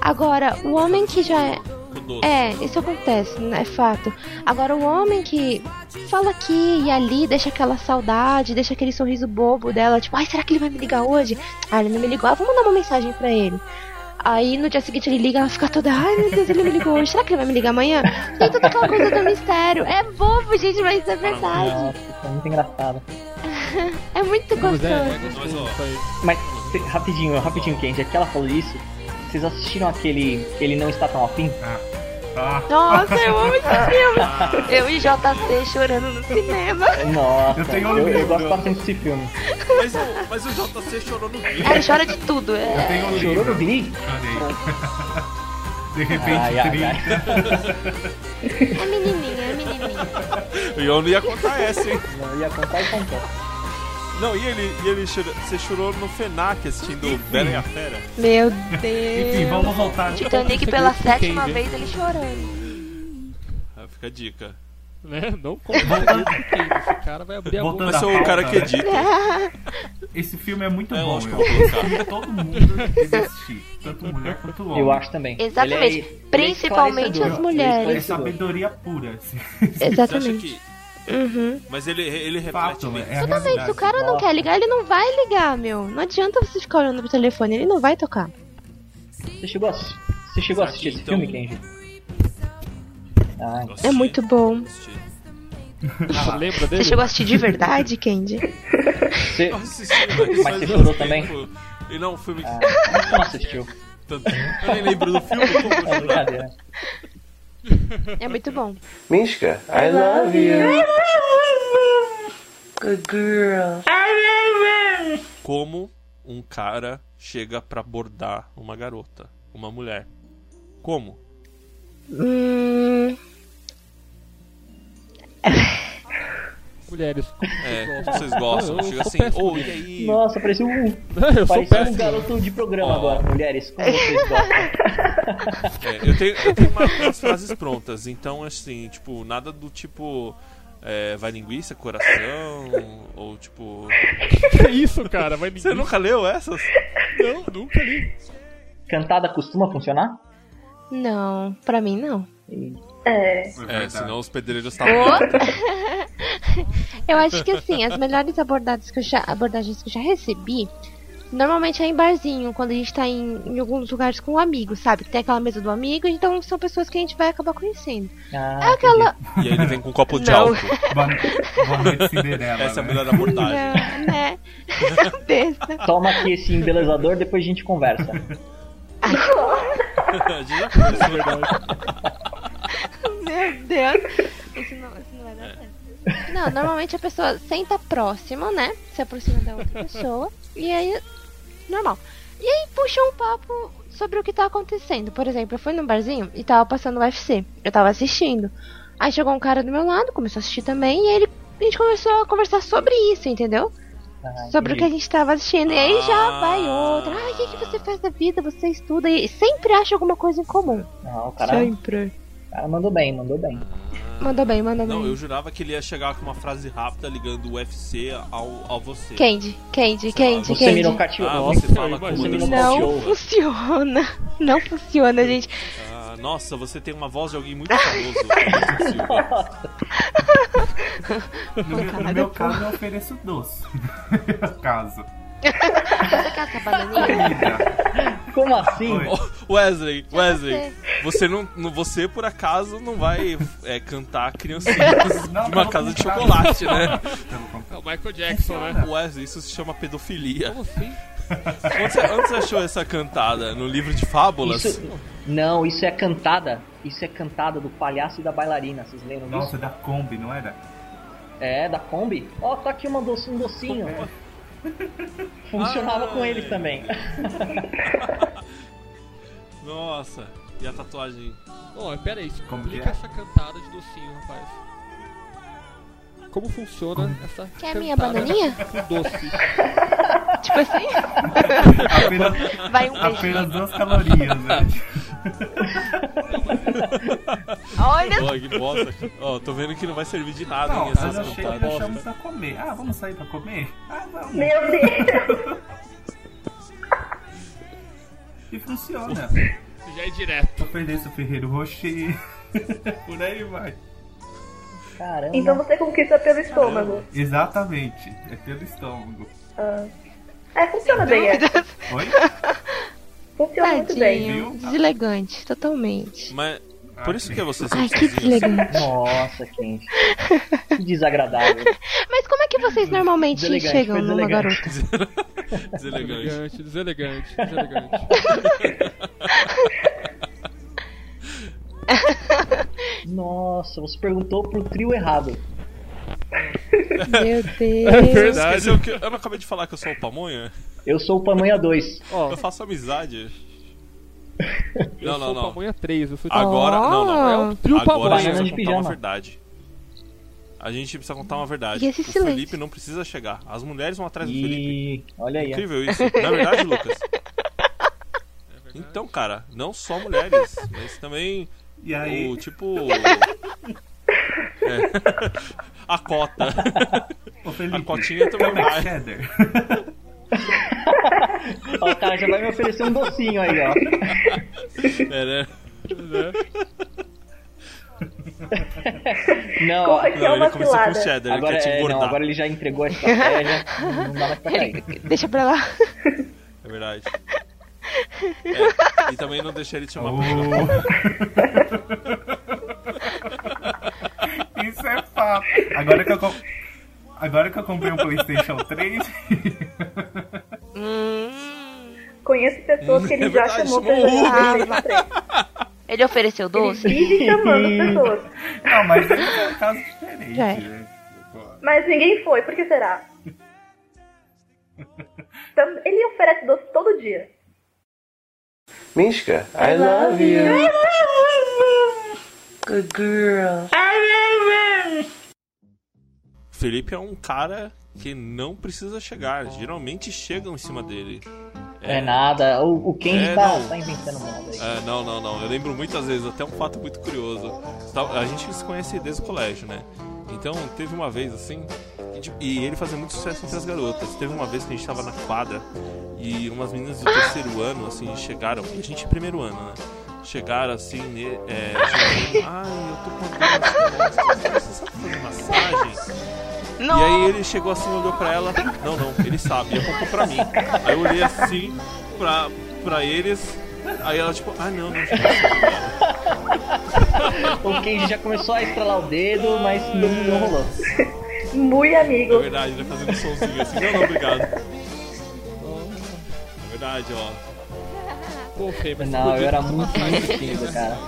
Agora, o homem que já é. com doce. É, isso acontece, né? é fato. Agora, o homem que fala aqui e ali, deixa aquela saudade, deixa aquele sorriso bobo dela, tipo, ai, será que ele vai me ligar hoje? Ah, ele não me ligou, ah, vou mandar uma mensagem pra ele. Aí no dia seguinte ele liga, ela fica toda, ai meu Deus, ele me ligou hoje, será que ele vai me ligar amanhã? Tem toda aquela coisa do mistério. É bobo, gente, mas isso é verdade. Nossa, isso é muito engraçado. É muito Mas né? é, gostoso. é gostoso isso aí. Mas se- rapidinho, rapidinho, Kenji, é que ela falou isso. Vocês assistiram aquele Ele Não Está Tão Afim? Ah, Nossa, eu amo esse filme. Eu e JC chorando no cinema. Nossa, Eu tenho um eu, eu livro. gosto bastante desse filme. Mas, o, mas o JC chorou no vídeo. Ela chora de tudo. É, eu tenho um Chorou no livro. Glee? Chorei. De repente, Ai, ai, ai. triste. é menininha, é menininha. E eu não ia contar essa, hein? Não, ia contar e contar. Não, e ele, e ele chorou, você chorou no FENAC assistindo Bela e a Fera. Meu Enfim, Deus. vamos voltar. Titanic Você pela acredita em sétima quem, vez ele chorando. Ah, fica a dica. Né? Não como Esse cara vai abrir a boca. Voltando Mas sou à o cara pauta, que edita. Esse filme é muito É, bom. lógico Eu que eu vou colocar. acho que todo mundo deve assistir. Tanto mulher quanto homem. Eu acho também. Exatamente. Ele é- ele é Principalmente esclarecedor. as Ele É mulheres. sabedoria pura. Assim. é Você acha que... Uhum. Mas ele, ele reflete Fato, bem. é a Exatamente. Se realidade. o cara não quer ligar, ele não vai ligar, meu. Não adianta você ficar olhando pro telefone, ele não vai tocar. Você chegou a, você chegou a assistir esse Então- filme, Kenji? Ah, Eu assisti, É muito bom. assisti. Lembra dele? Você chegou a assistir de verdade, Candy? você, Eu assisti, mas Mas você faz chorou tanto também? tempo. E não, o filme que... você não assistiu. Tanto... Eu nem lembro do filme, como eu vou chorar? É brincadeira. É muito bom. Mishka, I love you. Good girl. como um cara chega pra abordar uma garota, uma mulher. Como? Hum, Mulheres. como É, vocês como vocês gostam? gostam? Eu Chega sou assim, ô, péssimo e nisso. aí? Nossa, parecia um, Eu sou parecia um péssimo. garoto de programa Ó. agora, mulheres. Como vocês gostam? É, eu tenho, eu tenho uma- umas frases prontas, então assim, tipo, nada do tipo. É, vai linguiça, coração, ou tipo. Que isso, cara? Vai Você ninguém. nunca leu essas? Não, nunca li. Cantada costuma funcionar? não, pra mim não. É. É É, verdade. senão os pedreiros estavam. Eu acho que assim, as melhores abordagens que eu já, abordagens que eu já recebi, normalmente é em barzinho, quando a gente tá em, em alguns lugares com um amigo, sabe? Que tem aquela mesa do amigo, então são pessoas que a gente vai acabar conhecendo. Ah, É aquela. E aí ele vem com um copo de Não. álcool. Boa boa noite, Cinderela. Essa é a né? melhor abordagem. Não, né? Besta. Toma aqui esse embelezador, depois a gente conversa. A gente já conversou, Meu Deus. Isso não, isso não vai dar certo. Não, normalmente a pessoa senta próxima, né? Se aproxima da outra pessoa. E aí. Normal. E aí puxa um papo sobre o que tá acontecendo. Por exemplo, eu fui num barzinho e tava passando o UFC. Eu tava assistindo. Aí chegou um cara do meu lado, começou a assistir também, e ele, a gente começou a conversar sobre isso, entendeu? Ah, sobre o que a entendi. gente tava assistindo. E aí já Ah. vai outra. Ah, o que, que você faz da vida? Você estuda e sempre acha alguma coisa em comum. Não, Ah, o cara, o Sempre. cara mandou bem, mandou bem. Mandou bem, mandou Não, bem. eu jurava que ele ia chegar com uma frase rápida ligando o UFC ao, ao você. Candy, Candy, Candy, Você Candy. me nocateou. Ah, Nossa, você fala com imagina. uma das- Não. Não Nocateou. funciona. Não funciona, gente. Ah, Nossa, você tem uma voz de alguém muito famoso. No meu, no meu caso, eu ofereço doce. caso. Você quer essa é bananinha? Comida. Como assim? Oi. Ô, Wesley, Wesley, você não, não- você por acaso não vai é, cantar criancinhas Não, de uma pelo casa de contrário. chocolate, né? Pelo contrário. É o Michael Jackson, né? Wesley, isso se chama pedofilia. Como assim? Onde você, onde você achou essa cantada? No livro de fábulas? Isso- Não, isso é cantada. Isso é cantada do palhaço e da bailarina. Vocês lembram disso? Nossa, da Kombi, não era? É, da Kombi. Ó, tá aqui uma doce, um docinho. Funcionava Ah, com é. eles também. Nossa, e a tatuagem? Ó, pera aí, Como que explica é? essa cantada de docinho, rapaz. Como funciona essa Quer minha cantada bananinha? com doce? tipo assim, Apenas, vai um Ah, beijinho. apenas duas calorias, né? Olha Ó, que bosta. Ó, tô vendo que não vai servir de nada, Não, hein, mas essas eu chego e eu chamo cantadas. pra comer. Ah, vamos sair pra comer? Ah, vamos. Meu Deus. E funciona. Já é direto. Ofereço Ferreiro Rocher. Por aí vai. Caramba. Então você conquista pelo estômago. Exatamente. É pelo estômago. É, funciona bem, é. Oi? Funciona muito bem. Tadinho, deselegante, totalmente. Mas por isso que é você Ai, sente que sozinho. deselegante. Nossa, gente. Que desagradável. Mas como é que vocês normalmente Deselegante, chegam foi numa deselegante. garota? Deselegante. Deselegante, deselegante, deselegante. Nossa, você perguntou pro trio errado. Meu Deus. Você esqueceu que eu não acabei de falar que eu sou o Pamonha? Eu sou o Pamonha 2. Ó, Eu faço amizade. eu Não, não, sou não. pamonha 3, eu sou Agora, não, não. Ah. É um trio Agora a pamonha. né? gente Banana precisa de contar pijama. uma verdade. A gente precisa contar uma verdade. E esse o silêncio? Felipe não precisa chegar. As mulheres vão atrás do Felipe. E olha aí. ó. Incrível isso. Na verdade, Lucas. Então, cara, não só mulheres, mas também E aí? o tipo. É. A cota. Ô, A Felipe. cotinha também Comeback vai. cheddar. Ó, o cara já vai me oferecer um docinho aí, ó. É, né? Não, Corre que é Não, uma ele começou com cilada. cheddar, ele agora, quer te é, não, engordar. agora ele já entregou a estratégia. não dá mais pra cair. Deixa pra lá. É verdade. É, E também não deixar ele te Oh. chamar pra Ô. Isso é fato. Agora que eu com- Agora que eu comprei um Playstation 3, Conheço pessoas que ele É já verdade, chamou chamou pelo o Uber. estômago. Ele ofereceu Ele doce? vive chamando pessoas. não, mas esse é um caso diferente, É. né? Tipo, Mas ninguém foi, por que será? Tam- Ele oferece doce todo dia. Mishka, I love you. Good girl. Felipe é um cara que não precisa chegar. Geralmente chegam em cima dele. É nada. O, o Kenji É, tá, não. tá inventando moda aí. É, não, não, não. Eu lembro muitas vezes, até um fato muito curioso. Tá- A gente se conhece desde o colégio, né? Então teve uma vez assim. e de- E ele fazia muito sucesso entre as garotas. Teve uma vez que a gente tava na quadra e umas meninas do terceiro ano, assim, chegaram. E a gente é primeiro ano, né? Chegaram assim, ne, é, chegaram, ai, eu tô com uma dor nas costas, você sabe fazer massagem? E aí ele chegou assim, olhou pra ela. Não, não, ele sabe, e apontou pra mim. Aí eu olhei assim pra, pra eles. Aí ela tipo, ah não, não, gente." O Kenji já começou a estralar o dedo, mas não, não rolou. Muito é amigo. verdade, né? Fazendo somzinho assim, não, não, obrigado. É verdade, ó. Pô, Fê, mas você Não, podia eu era fazer muito, massagem muito também, tímido, né? cara.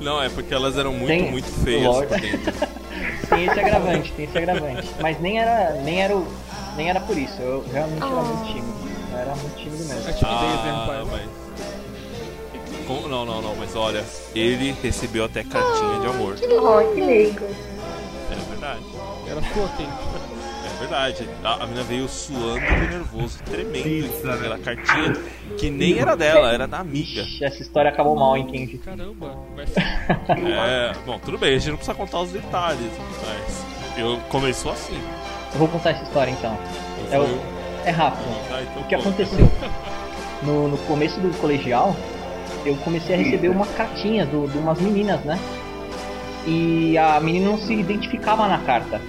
Não, é porque elas eram muito, Tem- muito feias Lorde. por dentro. Tem esse agravante, tem esse agravante. Mas nem era, nem era, o, nem era por isso. Eu realmente era muito tímido. Eu era muito tímido É mesmo. timidez, né, Ah, rapaz? mas. Ah, Com- Não, não, não, mas olha, ele recebeu até cartinha de amor. Ó, que leigo. É verdade. Era sua quem? É verdade. A, a mina veio suando de nervoso, tremendo. Isso, né? Aquela cartinha que nem era dela, era da amiga. Ixi, Essa história acabou mal, hein, Kenji? Caramba, mas É, bom, tudo bem, a gente não precisa contar os detalhes, mas eu começou assim. Eu vou contar essa história então. É, o- é rápido. Tá, então, O que pô. aconteceu? No, no começo do colegial, eu comecei a receber uma cartinha do- de umas meninas, né? E a menina não se identificava na carta.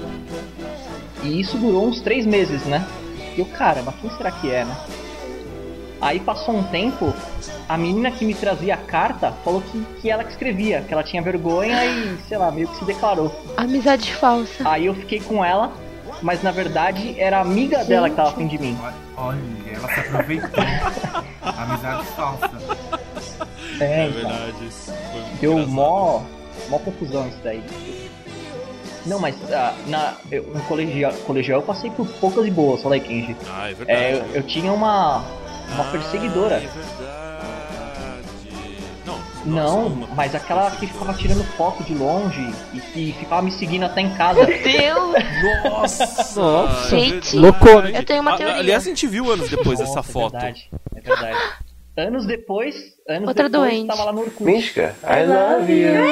E isso durou uns três meses, né? E eu, cara, mas quem será que é, né? Aí passou um tempo, a menina que me trazia a carta falou que, que ela que escrevia, que ela tinha vergonha e, sei lá, meio que se declarou. Amizade falsa. Aí eu fiquei com ela, mas na verdade era a amiga dela que tava afim de mim. Olha, olha, ela se aproveitou. Amizade falsa. É, É então. verdade, isso foi muito Deu engraçado. mó, mó confusão isso daí. Não, mas ah, na, eu, no colegial, colegial eu passei por poucas e boas, falei Kenji. Ah, é verdade. É, eu, eu tinha uma, uma Ah, é perseguidora. verdade. Não, Ah, nossa, Não, uma mas aquela que ficava tirando foto de longe e que ficava me seguindo até em casa. Deus! Nossa! Nossa. é Gente, verdade. loucura. Eu tenho uma A- teoria. Ah, Aliás, a gente viu anos depois essa Nossa, foto. É verdade, é verdade. Anos depois, anos Outra depois, doente. tava lá no Orkut. Mishka, I love you.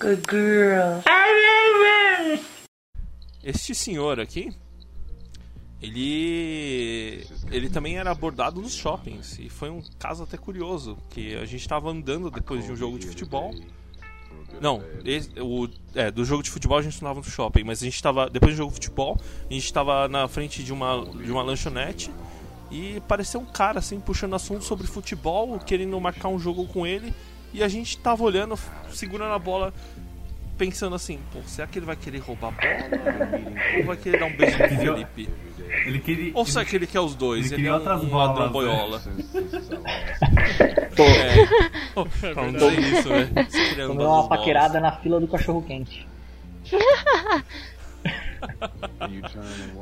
Good girl. Este senhor aqui, ele ele também era abordado nos shoppings e foi um caso até curioso que a gente estava andando depois de um jogo de futebol. Não, esse- o, é, do jogo de futebol a gente não estava no shopping, mas a gente estava depois do jogo de futebol a gente estava na frente de uma de uma lanchonete e pareceu um cara assim puxando assunto sobre futebol, querendo marcar um jogo com ele e a gente tava olhando, segurando a bola pensando assim, pô, será que ele vai querer roubar a bola? Ou vai querer dar um beijo no Entendeu? Felipe? Ele queria. Ou será que ele quer os dois? Ele Ele, queria é um, outras um bolas, ladrão né? boiola. Pô, É. Oh, pra não dizer isso, né? Você queria andar Tomei uma nas bolas. paquerada na fila do cachorro quente.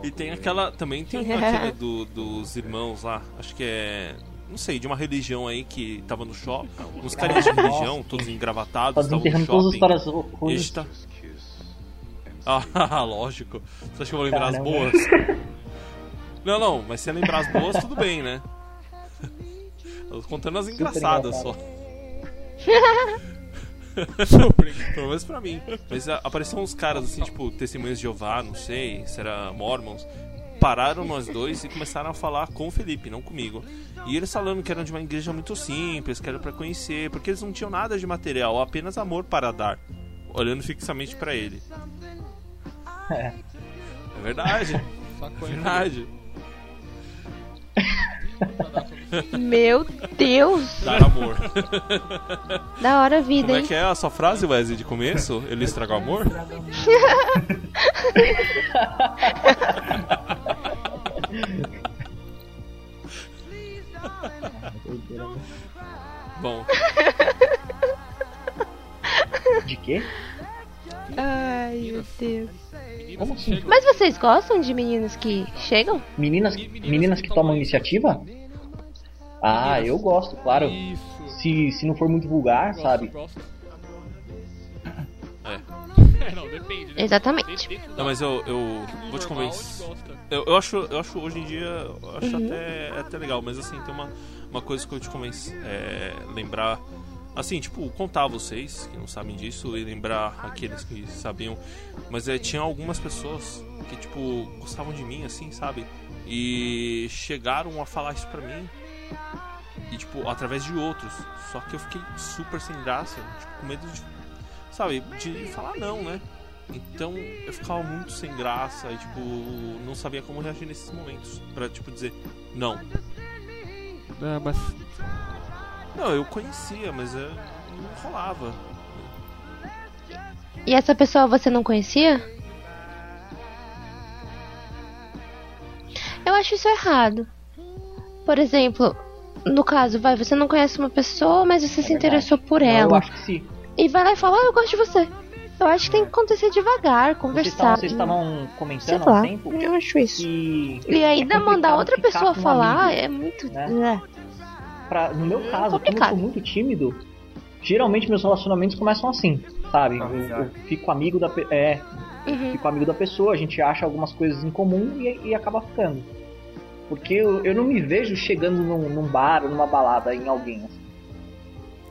E tem aquela. Também tem aquele do- dos irmãos lá, acho que é. Não sei, de uma religião aí que tava no shopping. Uns carinhas de religião, todos Tá engravatados, estavam no desenterrando todas shopping. as histórias E a ruins. gente tá- Ah, lógico. Você acha que eu vou lembrar as Caramba. boas? Não, não, mas se eu lembrar as boas, tudo bem, né? Eu tô contando as engraçadas só. Pelo menos pra mim. Mas a- apareceram uns caras assim, tipo, testemunhos de Jeová, não sei, se era Mormons. Pararam nós dois e começaram a falar com o Felipe, não comigo. E eles falando que eram de uma igreja muito simples, que era pra conhecer, porque eles não tinham nada de material, apenas amor para dar. Olhando fixamente pra ele. É. É verdade, é sacanagem. verdade. Meu Deus! Dar amor. Da hora a vida, Como é hein? que é a sua frase, Wesley, de começo? Ele estraga o amor? Bom, De quê? é? Ai, meu Deus. Meninas Como que assim? chegam- Mas vocês gostam de meninos que chegam? Meninas, meninas que tomam iniciativa? Ah, eu gosto, claro. Isso. Se, se não for muito vulgar, Gosto, sabe? gosto. É. É, não, depende, né? Exatamente. Dentro da- não, mas eu, eu do vou te normal, convencer. a gente gosta. Eu, eu acho, eu acho hoje em dia, eu acho até, é até legal, mas assim, tem uma, uma coisa que eu te convenço, é, lembrar, assim, tipo, contar a vocês que não sabem disso e lembrar aqueles que sabiam, mas é, tinha algumas pessoas que, tipo, gostavam de mim, assim, sabe? E chegaram a falar isso pra mim. E, tipo, através de outros. Só que eu fiquei super sem graça, tipo, com medo de, sabe, de falar não, né? Então eu ficava muito sem graça e tipo, não sabia como reagir nesses momentos. Pra tipo dizer, não. Não, mas Não, eu conhecia, mas eu não rolava. E essa pessoa você não conhecia? Eu acho isso errado. Por exemplo, no caso, vai, você não conhece uma pessoa, mas É você se interessou por Eu ela. acho que sim. E vai lá e fala, ah, eu gosto de você. Eu acho que tem que acontecer devagar, Vocês estavam- conversar. vocês estavam sei comentando há lá, um tempo eu acho isso. que. E ainda é mandar complicado outra ficar um pessoa com um falar amigo. é muito. né? É. pra, no meu caso, como eu complicado. sou muito tímido, geralmente meus relacionamentos começam assim, sabe? Ah, Eu, já. eu fico amigo da pe- é, fico amigo da pessoa, a gente acha algumas coisas em comum e, e acaba ficando. Porque eu, eu não me vejo chegando num, num bar ou numa balada em alguém. assim.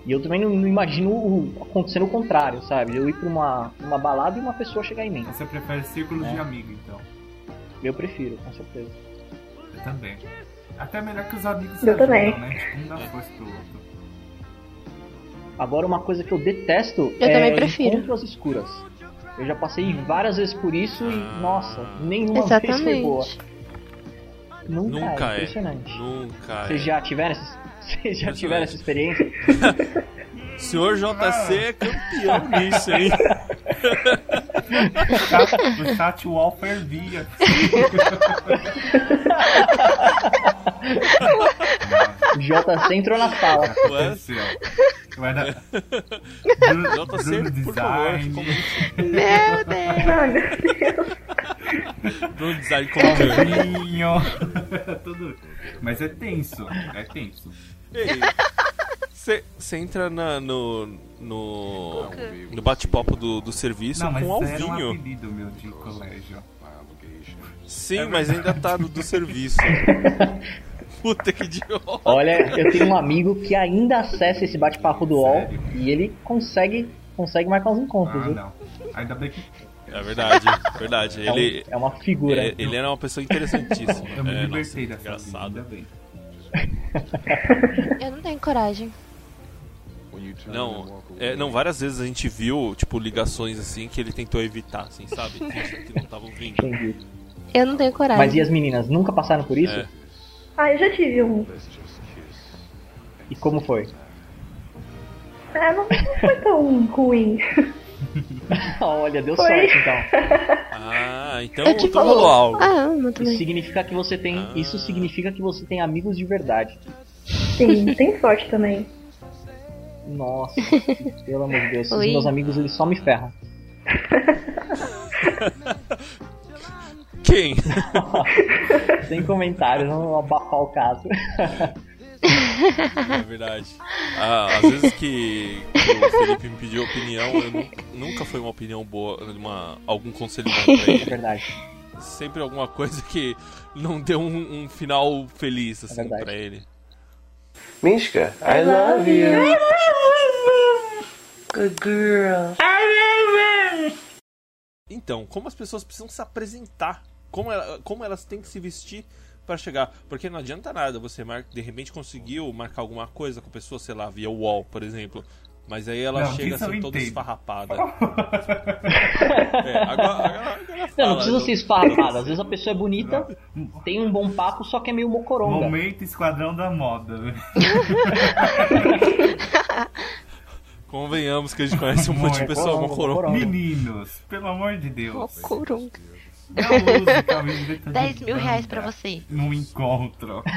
E eu também não, não imagino o- acontecendo o contrário, sabe? Eu ir pra uma, uma balada e uma pessoa chegar em mim. Você prefere círculos É. de amigo, então. Eu prefiro, com certeza. Eu também. Até melhor que os amigos se Eu também. ajudam, né? Tipo, um dá força pro outro. Agora, uma coisa que eu detesto Eu é também prefiro. encontro às escuras. Eu já passei várias vezes por isso e, Ah. nossa, nenhuma vez foi boa. Exatamente. Nunca, Nunca é. é. Impressionante. Nunca Vocês é. já tiveram essa, vocês já Impressionante. tiveram essa experiência? Senhor JC é campeão nisso, hein? Chat- O chat wall fervia. O JC entrou na sala. Aconteceu. Eu era. Bruno- Bruno JC, tá por favor, como Meu Deus. Mano, Bruno Design Comandante. Vinho. Tudo. Mas é tenso. É tenso. Você entra na- no. no. no bate-papo do, do serviço Não, mas com era um Alvinho. apelido meu de colégio. É Sim, mas ainda tá no do serviço. Puta que idiota. Olha, eu tenho um amigo que ainda acessa esse bate-papo do UOL Sério? e ele consegue, consegue marcar os encontros, Ah, viu? não. Ainda bem que É verdade, verdade. É, um- Ele. é uma figura. é- ele era uma pessoa interessantíssima. eu me É, nossa, libertei dessa vida, ainda engraçado. bem. Eu não tenho coragem. Não, é, não, várias vezes a gente viu, tipo, ligações assim que ele tentou evitar, assim, sabe? Que que não estavam vindo. Entendi. Eu não tenho coragem. Mas e as meninas, nunca passaram por isso? É. ah, eu já tive um. E como foi? Ah, não, não foi tão ruim. Olha, deu Foi. sorte então. Ah, então, É tipo- então rolou algo. Ah, amo Isso também. significa que você tem. Ah. Isso significa que você tem amigos de verdade. Sim, tem sorte também. Nossa, pelo amor de Deus, esses Oi. meus amigos eles só me ferram. Quem? Sem comentários, vamos abafar o caso. É verdade. Ah, às vezes que, que o Felipe me pediu opinião, eu nu- nunca foi uma opinião boa, uma, algum conselho bom pra É ele. verdade. Sempre alguma coisa que não deu um, um final feliz, assim, verdade. pra ele. Mishka, I love you. Good girl. Então, como as pessoas precisam se apresentar, como, ela- como elas têm que se vestir pra chegar. Porque não adianta nada você mar- de repente conseguiu marcar alguma coisa com a pessoa, sei lá, via wall, por exemplo. Mas aí ela Não, chega isso eu assim toda entendo. esfarrapada. É, agora, agora, agora Não, fala, não precisa ser esfarrapada. Às vezes a pessoa é bonita, tem um bom papo, só que é meio mocoronga. Momento Esquadrão da Moda. Convenhamos que a gente conhece um Amor, monte de pessoa vamos, mocoronga. vamos. Meninos, pelo amor de Deus. um Mocoronga. Não use camisa de 10 mil reais pra banda você. Num encontro.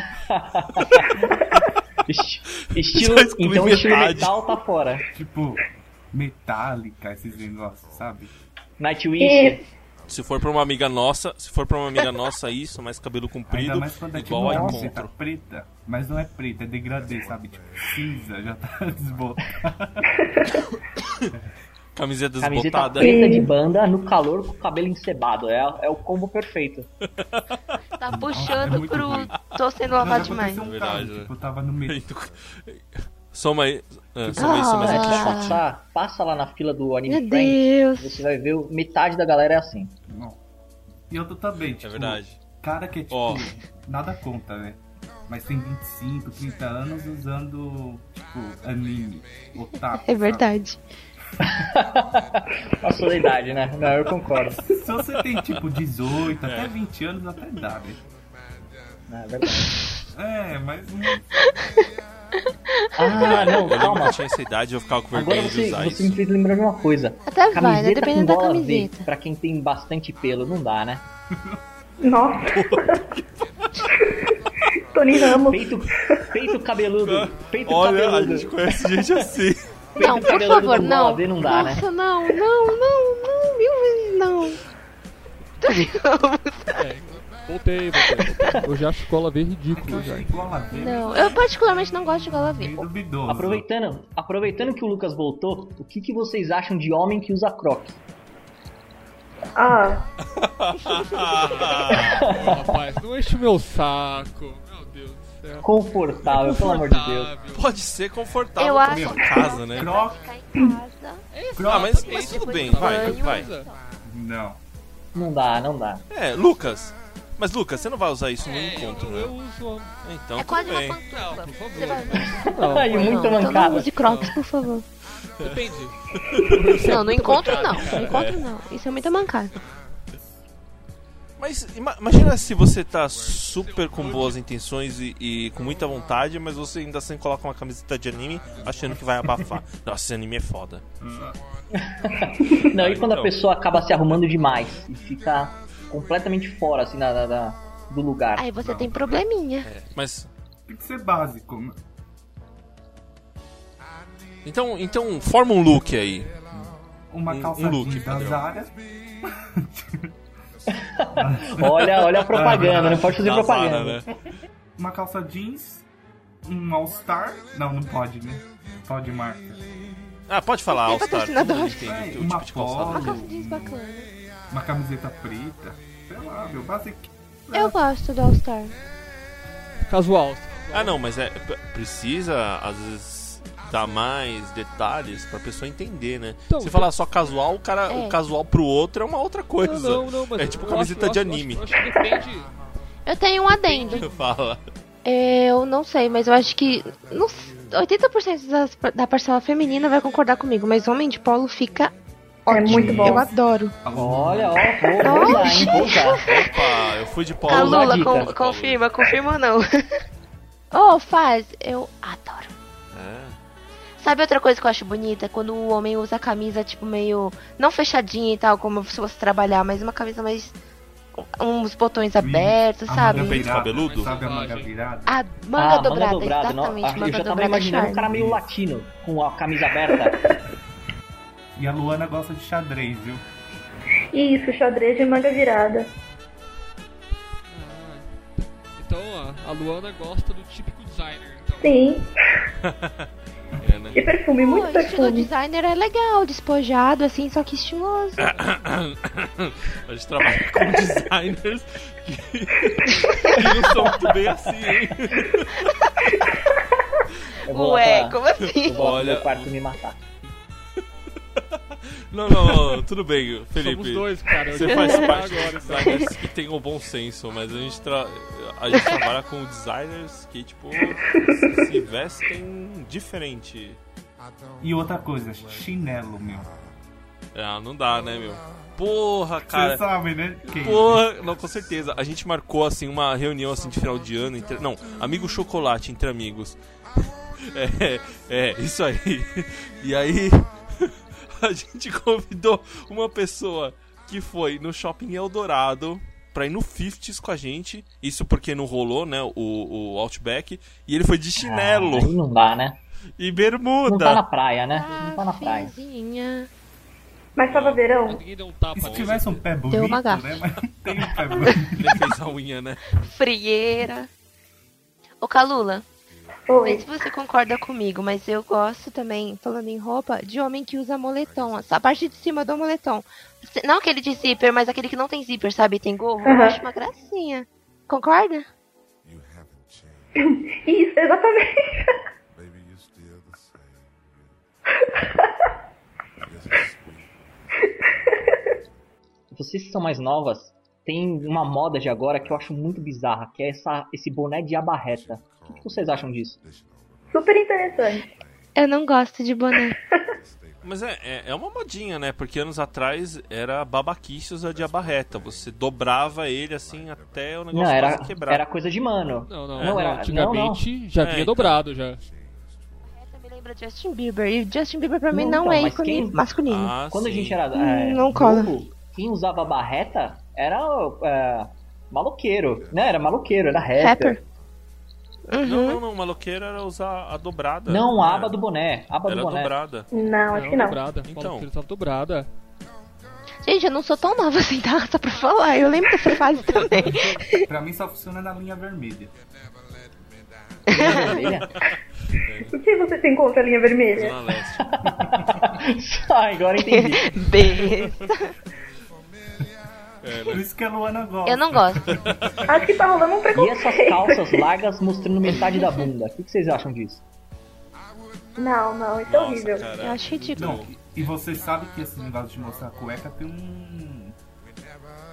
Esti- Estilo, Já excluí então estilo metade. metal tá fora. Tipo, metálica, esses negócios, sabe? É. Nightwish, Se for pra uma amiga nossa, se for pra uma amiga nossa isso, mais cabelo comprido, Ainda mais quando é tipo igual a uma encontro. camiseta preta. Mas não é preta, é degradê, sabe? Tipo, cinza, já tá desbotada. Camiseta camiseta desbotada. preta É. de banda, no calor com o cabelo encebado. É, é o combo perfeito. Tá é puxando muito pro. ruim. Tô sendo Não, já lavado Tá demais. aconteceu um Verdade, caso, né? tipo, eu tava no meio. Soma aí. ah, soma isso, mas é Mas que se Ah. passar, passa lá na fila do Anime Meu Friends, Deus. você vai ver o- metade da galera é assim. Não. E eu tô também, tipo, É verdade. cara que é tipo, Ó. nada conta, né? Mas tem 25, 30 anos usando, tipo, anime, otaku. É verdade. Passou da idade, né? Não, eu concordo. sabe? Se você tem, tipo, É. 18, até 20 anos, até dá, né? Não, é verdade. É, mas não Ah, não, Eu lembro que calma. eu tinha essa idade eu ficava com Agora vergonha de você, usar você isso. me fez lembrar de uma coisa. Até vai, né? Camiseta com Dependendo da bola V, camiseta. pra quem tem bastante pelo, não dá, né? Nossa. Tony Ramos. Peito, peito cabeludo, peito Olha, a cabeludo. gente conhece gente assim. Peito Não, por cabeludo favor, com bola não. V não dá, né? Nossa, não, não, não, não, mil vezes não. Tô me amando. Voltei, voltei. Eu já acho Gola V ridículo já. Gola V. Não, eu particularmente não gosto de gola Bem V. duvidoso. Aproveitando, aproveitando que o Lucas voltou, o que, que vocês acham de homem que usa croc? Ah, Ô, rapaz, não enche o meu saco. Meu Deus do céu. Confortável, pelo amor de Deus. Confortável. Pode ser confortável Eu pra acho- sua casa, né? Croc, Ficar em casa. Ah, mas, Exatamente. mas tudo Depois bem, do vai, tipo banho. vai. não. Não dá, não dá. É, Lucas. Mas Lucas, você não vai usar isso no É, encontro, eu, eu né? uso. Então, É tudo quase uma bem. pantufa. Não, por favor. Você vai- Não, Ai, muito não, então não mancada. use crocs, por favor. depende. Não, no encontro não. mancada, No encontro não. Isso é muito mancada. Mas ima- imagina se você tá super com boas intenções e, e com muita vontade, mas você ainda assim coloca uma camiseta de anime achando que vai abafar. Nossa, esse anime é foda. Não, e quando a Então. pessoa acaba se arrumando demais e fica completamente fora, assim, da, da- da- do lugar. Aí você tem probleminha. Mas. Tem que ser básico. Então, então forma um look aí. Uma Um- calça um look, jeans da padrão. Zara. Olha, olha a propaganda, não pode fazer da Zara, propaganda. né? Uma calça jeans. Um All Star. Não, não pode, né? Pode marca. Ah, pode falar, Tem All-Star. todo patrocinador. mundo entende É, o uma tipo de calçado. Uma polo, calça jeans bacana. uma camiseta preta. Sei lá, meu, básico. Eu gosto do All Star. Casual. Ah, não, mas é p- precisa às vezes dar mais detalhes pra pessoa entender, né? Então, Se tem- falar só casual, o cara, É. o casual pro outro é uma outra coisa. Não, não, não, mas é tipo eu camiseta acho- de eu acho- anime. Eu acho, que depende. Eu tenho um adendo. Fala. Eu não sei, mas eu acho que. não s- 80% das- da parcela feminina vai concordar comigo, mas homem de polo fica é muito bom. Eu adoro. Olha, ó, É? vou, vou usar, hein, vou usar. Opa, eu fui de pau. a Paulo, Tá, Lula, dica. con- Paulo. confirma, confirma ou não? Ou faz, eu adoro. Ah. Sabe outra coisa que eu acho bonita? Quando o homem usa a camisa, tipo, meio. Não fechadinha e tal, como se fosse trabalhar, mas uma camisa mais. Uns Hum. botões abertos, Um sabe? peito cabeludo? Sabe a manga virada? A manga Ah, dobrada, não. exatamente. Ah, manga eu já tava dobrada imaginando um charme. cara meio latino, com a camisa aberta. E a Luana gosta de xadrez, viu? Isso, xadrez de manga virada. Ah, Então, ó, a Luana gosta do típico designer. Então, Sim. É, né? E perfume, Pô, muito o estilo perfume. designer é legal, despojado, assim, só que estiloso. Ah, A gente trabalha com designers que, que não são muito bem assim, hein? Eu vou lá Ué, pra- como assim? Eu vou lá pro Olha, meu quarto me matar. Não, não, não, tudo bem, Felipe. somos dois, cara. eu Você já faz vou falar parte de agora, então. designers que tem o bom senso, mas a gente, tra- a gente trabalha com designers que, tipo, se- se vestem diferente. E outra coisa, chinelo, meu. Ah, não dá, né, meu? Porra, Você cara. sabe, né? Quem? Porra, não, com certeza. A gente marcou, assim, uma reunião, assim, de final de ano. Entre... Não, amigo chocolate entre amigos. É, é, isso aí. E aí, a gente convidou uma pessoa que foi no shopping Eldorado pra ir no 50s com a gente. Isso porque não rolou, né, o, o Outback. E ele foi de chinelo Aí Ah, não dá, né? e Não tá na bermuda. praia, né? Não tá na Ah, praia. filhinha. Mas tava verão? Ninguém deu um tapa E se nele. tivesse um pé bonito, Deu uma gafa. né? Mas não tem um pé bonito. Ele fez a unha, né? Frieira. Ô, Calula, Oi. mas se você concorda comigo, mas eu gosto também, falando em roupa, de homem que usa moletom. A parte de cima do moletom. Se- Não aquele de zíper, mas aquele que não tem zíper, sabe? Tem gorro. Eu Aham. acho uma gracinha. Concorda? Isso, exatamente. Vocês que são mais novas, tem uma moda de agora que eu acho muito bizarra, que é essa, esse boné de aba reta. O que que vocês acham disso? Super interessante. Eu não gosto de boné. Mas é, é, é uma modinha, né? Porque anos atrás era babaquichos a de abarreta. Você dobrava ele assim até o negócio não, era, quase quebrar. era coisa de mano. Não, não, É, não, não, era- antigamente já É, vinha então. dobrado já. Me lembra Justin Bieber. E Justin Bieber pra mim Não, então, não, é mas ícone quem- masculino. Ah, Quando a sim. gente era Hum, é, não cola. novo, quem usava aba reta era é, maloqueiro. Né? Era maloqueiro, era rapper. Rapper. Uhum. Não, não, não. O maloqueiro era usar a dobrada. Não, a aba Era- do boné. a Aba do É. Era boné. dobrada. Não, acho Não, que não. dobrada. Então. Então. Fala que ele tava dobrada. Gente, eu não sou tão nova assim, tá? Só pra falar. Eu lembro dessa fase também. Pra mim só funciona na linha vermelha. é- E se você se encontra a linha vermelha? Zona Leste. Ah, agora entendi. Besta. Por isso que a Luana gosta. Eu não gosto. Acho que tá rolando um E essas preconceito. calças largas mostrando metade da bunda? O que que vocês acham disso? Não, não, isso é horrível. Nossa, Eu cara. acho ridículo. Não, e você sabe que esse negócio de mostrar cueca tem um.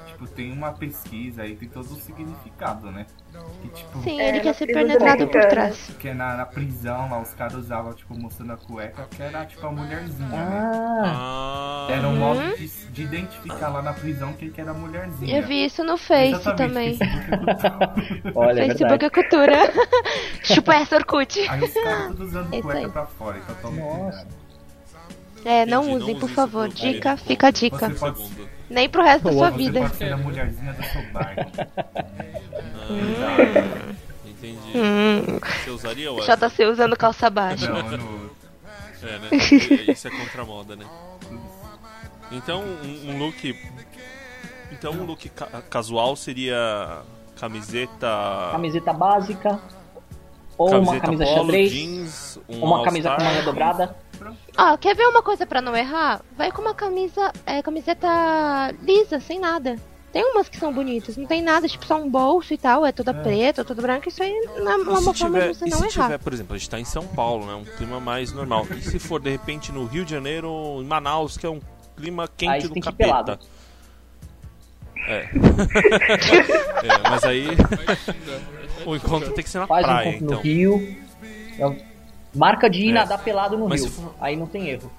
Tipo, tem uma pesquisa aí, tem todo um significado, né? Que tipo, Sim, É, ele quer não ser precisa penetrado por brincar. trás. que é na, na prisão lá os caras usavam, tipo, mostrando a cueca, que era tipo a mulherzinha, né? Ah, Ah, Era Uhum. um modo de, de identificar lá na prisão quem que era a mulherzinha. Eu vi isso no Face Exatamente, É também. Facebook é olha, é Facebook verdade. é cultura. Chupa essa Orkut. Aí os caras todos usando Isso cueca aí. pra fora, então toma Nossa. cuidado. É, Gente, não não usem, use por isso favor. pro Dica, marido. fica a dica. Você pode, segundo. Nem pro resto da sua você vida. pode ser a mulherzinha do seu bairro. Entendi. Hum, Você usaria o JC usando calça baixa. Não, no, É, né? Porque Isso é contra a moda, né? Então, um, um look. Então, um look ca- casual seria é camiseta. Camiseta básica. Ou uma camisa polo, xadrez. jeans, um ou uma camisa com all-star. manga dobrada. Ó, quer ver uma coisa pra não errar? Vai com uma camisa, é, camiseta lisa, sem nada. Tem umas que são bonitas, não tem nada, tipo só um bolso e tal, é toda preta, toda branca, isso aí não é E se uma forma tiver, de você e não se errar. tiver, por exemplo, a gente tá em São Paulo, né? Um clima mais normal. E se for, de repente, no Rio de Janeiro ou em Manaus, que é um clima quente Aí do você tem que ir capeta. pelado. É. é. Mas aí o encontro tem que ser na Faz praia, um ponto no então. Rio. É um- Marca de ir É. nadar pelado no Mas Rio. se for- Aí não tem erro.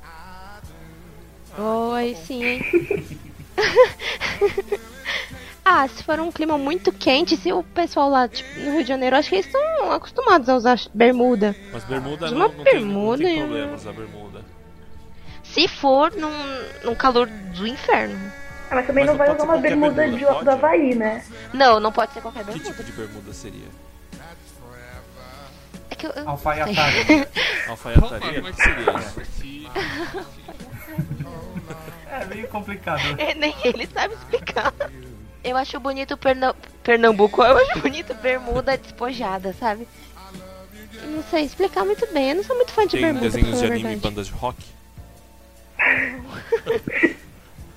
Oi, sim, hein? ah, se for um clima muito quente, se o pessoal lá tipo, no Rio de Janeiro, acho que eles estão acostumados a usar bermuda. Mas bermuda De não, uma não, tem, não bermuda tem e um- problemas, a bermuda. Se for num, num calor do inferno. Ah, mas também Mas não vai não usar pode uma ser qualquer bermuda bermuda, de, pode? do Havaí, né? Não, não pode ser qualquer Que bermuda. tipo de bermuda seria? É que eu, eu não sei. Alfaiataria. Alfaiataria? O que seria? isso? É meio complicado. É, Nem ele sabe explicar. Eu acho bonito Pernam- Pernambuco, eu acho bonito bermuda despojada, sabe? Não sei explicar muito bem, eu não sou muito fã de Tem bermuda. pra desenhos de falar a anime e é verdade. bandas de rock?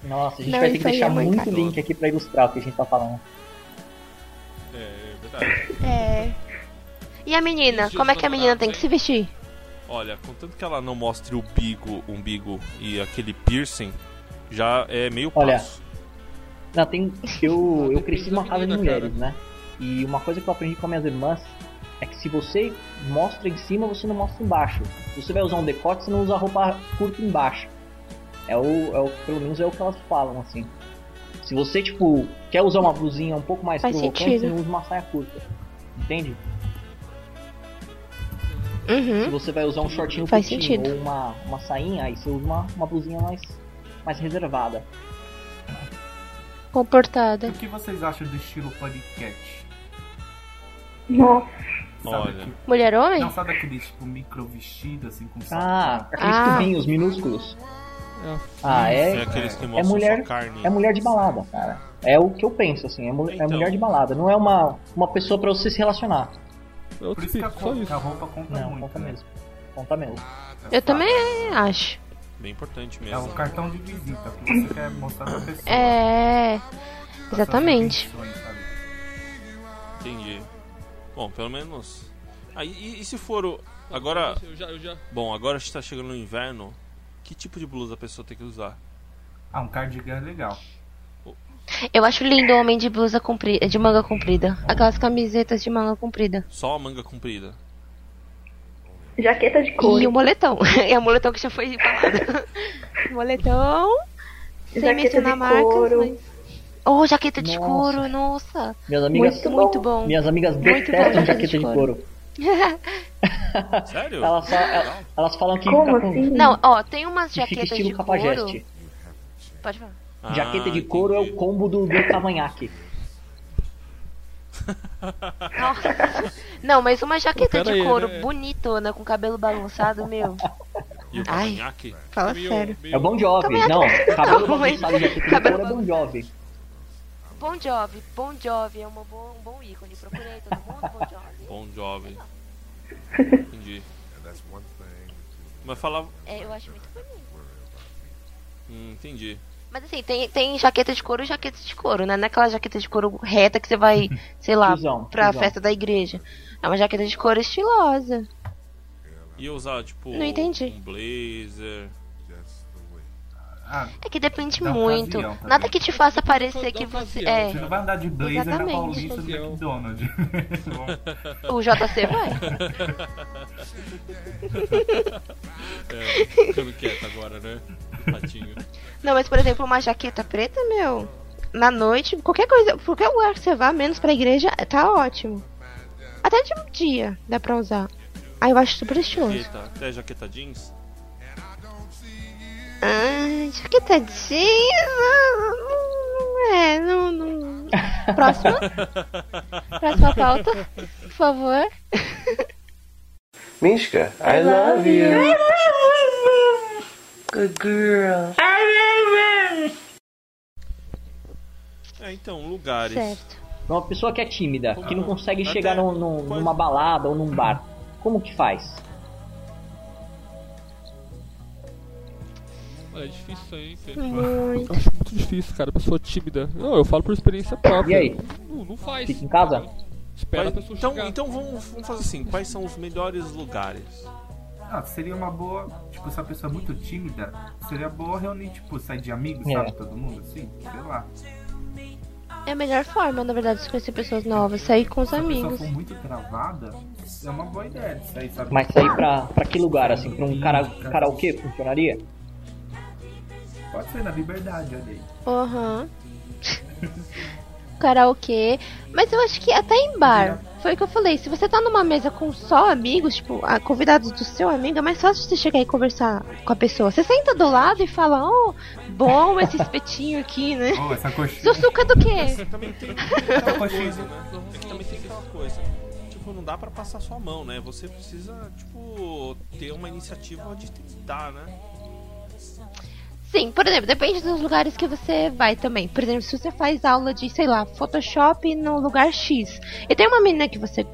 Nossa, a gente Não, vai ter que isso aí deixar é muito muito caro. link aqui pra ilustrar o que a gente tá falando. É, é verdade. É. E a menina? Como é que a menina tem que se vestir? Olha, contanto que ela não mostre o bigo, umbigo e aquele piercing, já é meio Olha, passo. Não, tem. Eu, eu Depende cresci da numa casa de menina, mulheres, né? E uma coisa que eu aprendi com as minhas irmãs é que se você mostra em cima, você não mostra embaixo. Se você vai usar um decote, você não usa roupa curta embaixo. É o, é o. Pelo menos é o que elas falam, assim. Se você, tipo, quer usar uma blusinha um pouco mais Faz provocante, sentido. você não usa uma saia curta. Entende? Se Uhum. você vai usar um shortinho Faz curtinho sentido. ou uma, uma sainha, aí você usa uma, uma blusinha mais, mais reservada. Comportada. O que vocês acham do estilo panicat? Nossa, Olha. Sabe que- Mulher homem? não sabe aquele tipo micro vestido assim com Ah, salto? aqueles Ah. tubinhos minúsculos. É. Ah, É é, aqueles que mostram mulher- só carne. é mulher de balada, cara. É o que eu penso, assim. É, mu- é Então. mulher de balada. Não é uma, uma pessoa pra você se relacionar. É outro Por isso que a, tipo, só co- que a isso. roupa Tá conta Não, muito. conta né? mesmo. Conta mesmo. Eu também acho. Bem importante É mesmo. um cartão de visita que você quer mostrar pra pessoa. É. as suas Exatamente. intenções, sabe? Entendi. Bom, pelo menos. Aí, e, e se for o. Agora. Eu já, eu já. Bom, agora está chegando no inverno. Que tipo de blusa a pessoa tem que usar? Ah, um cardigan é legal. Eu acho lindo o homem de blusa comprida, de manga comprida. Aquelas camisetas de manga comprida. Só a manga comprida. jaqueta de couro. E o moletom. É o moletom que já foi falado. moletom. Jaqueta Sem de mencionar marcas, couro. mas. Oh, jaqueta de Nossa. couro, nossa. Minhas amigas, Muito Muito bom. minhas amigas Muito bom, detestam jaqueta jaqueta de de couro. couro. Sério? Elas, fa- Legal. el- elas falam que Como fica com- assim? Não, ó, tem umas que fica jaquetas de estilo couro. capajeste. Pode falar. Ah, Jaqueta de couro é o entendi. combo do, do cavanhaque. Nossa. Não, mas uma Pera jaqueta de aí, couro né? bonitona, com cabelo balançado, meu. E o Ai. cavanhaque? Fala Meio- sério. meio- É o Bon Jovi. Como é? Não, cabelo Não, mas- bagunçado de arquitetura é Bon Jovi. Bon Jovi, Bon Jovi é uma boa- um bom ícone. Procurei todo mundo, Bon Jovi. Bom jovem. Entendi. Mas falava. É, eu acho muito bonito. Hum, entendi. Mas assim, tem, tem jaqueta de couro e jaqueta de couro, né? Não é aquela jaqueta de couro reta que você vai, sei lá, Fusão, pra fusão. festa da igreja. É uma jaqueta de couro estilosa. Ia usar, tipo. Não entendi. Um blazer. Ah, É que depende Da muito. ocasião também. Nada que te faça parecer Da que ocasião, você. É, você não vai andar de blazer Exatamente. na Paulista do Ocasião. McDonald's. o JC vai. É, ficando quieto agora, né? Patinho. Não, mas por exemplo, uma jaqueta preta, meu. Na noite, qualquer coisa, qualquer lugar que você vá, menos pra igreja, tá ótimo. Até de um dia dá pra usar. Aí eu acho super estiloso. Jaqueta, até jaqueta jeans. Ah, jaqueta jeans. ah, não- É, não, não. Próxima. Próxima pauta, por favor. Mishka, I love you. Good girl. É, então, lugares. Certo. Uma pessoa que é tímida, que não consegue Ah, Até- chegar num- num- pode- numa balada ou num bar. Como que faz? Olha, é difícil isso aí, hein, Fê? Muito. Eu acho muito difícil, cara. Pessoa é tímida. Não, eu falo por experiência própria. E aí? Não, não faz. Fica em casa? Espera a Quais- pessoa então, chegar. então vamos, vamos fazer assim: quais são os melhores lugares? Ah, seria uma boa. Tipo, se a pessoa é muito tímida, seria boa reunir, tipo, sair de amigos, É. sabe? Todo mundo assim? Sei lá. É a melhor forma, na verdade, de conhecer pessoas novas, sair com os Se a pessoa amigos. for muito travada, é uma boa ideia de sair, sabe? Mas sair pra, pra que lugar, assim? Pra um cara, karaokê funcionaria? Pode ser na liberdade, olha aí. Aham. Karaokê. Mas eu acho que até em bar. Foi o que eu falei. Se você tá numa mesa com só amigos, tipo, ah, convidados do seu amigo, é mais fácil você chegar e conversar com a pessoa. Você senta do lado e fala, oh, bom esse espetinho aqui, né? Ô, Oh, essa coxinha. Sussuca do quê? Também tem essa coisa, coxinha. né? É que também tem aquela coisa. Tipo, não dá pra passar sua mão, né? Você precisa, tipo, ter uma iniciativa de tentar, né? Sim, por exemplo, depende dos lugares que você vai também. Por exemplo, se você faz aula de, sei lá, Photoshop no lugar X. E tem uma menina que você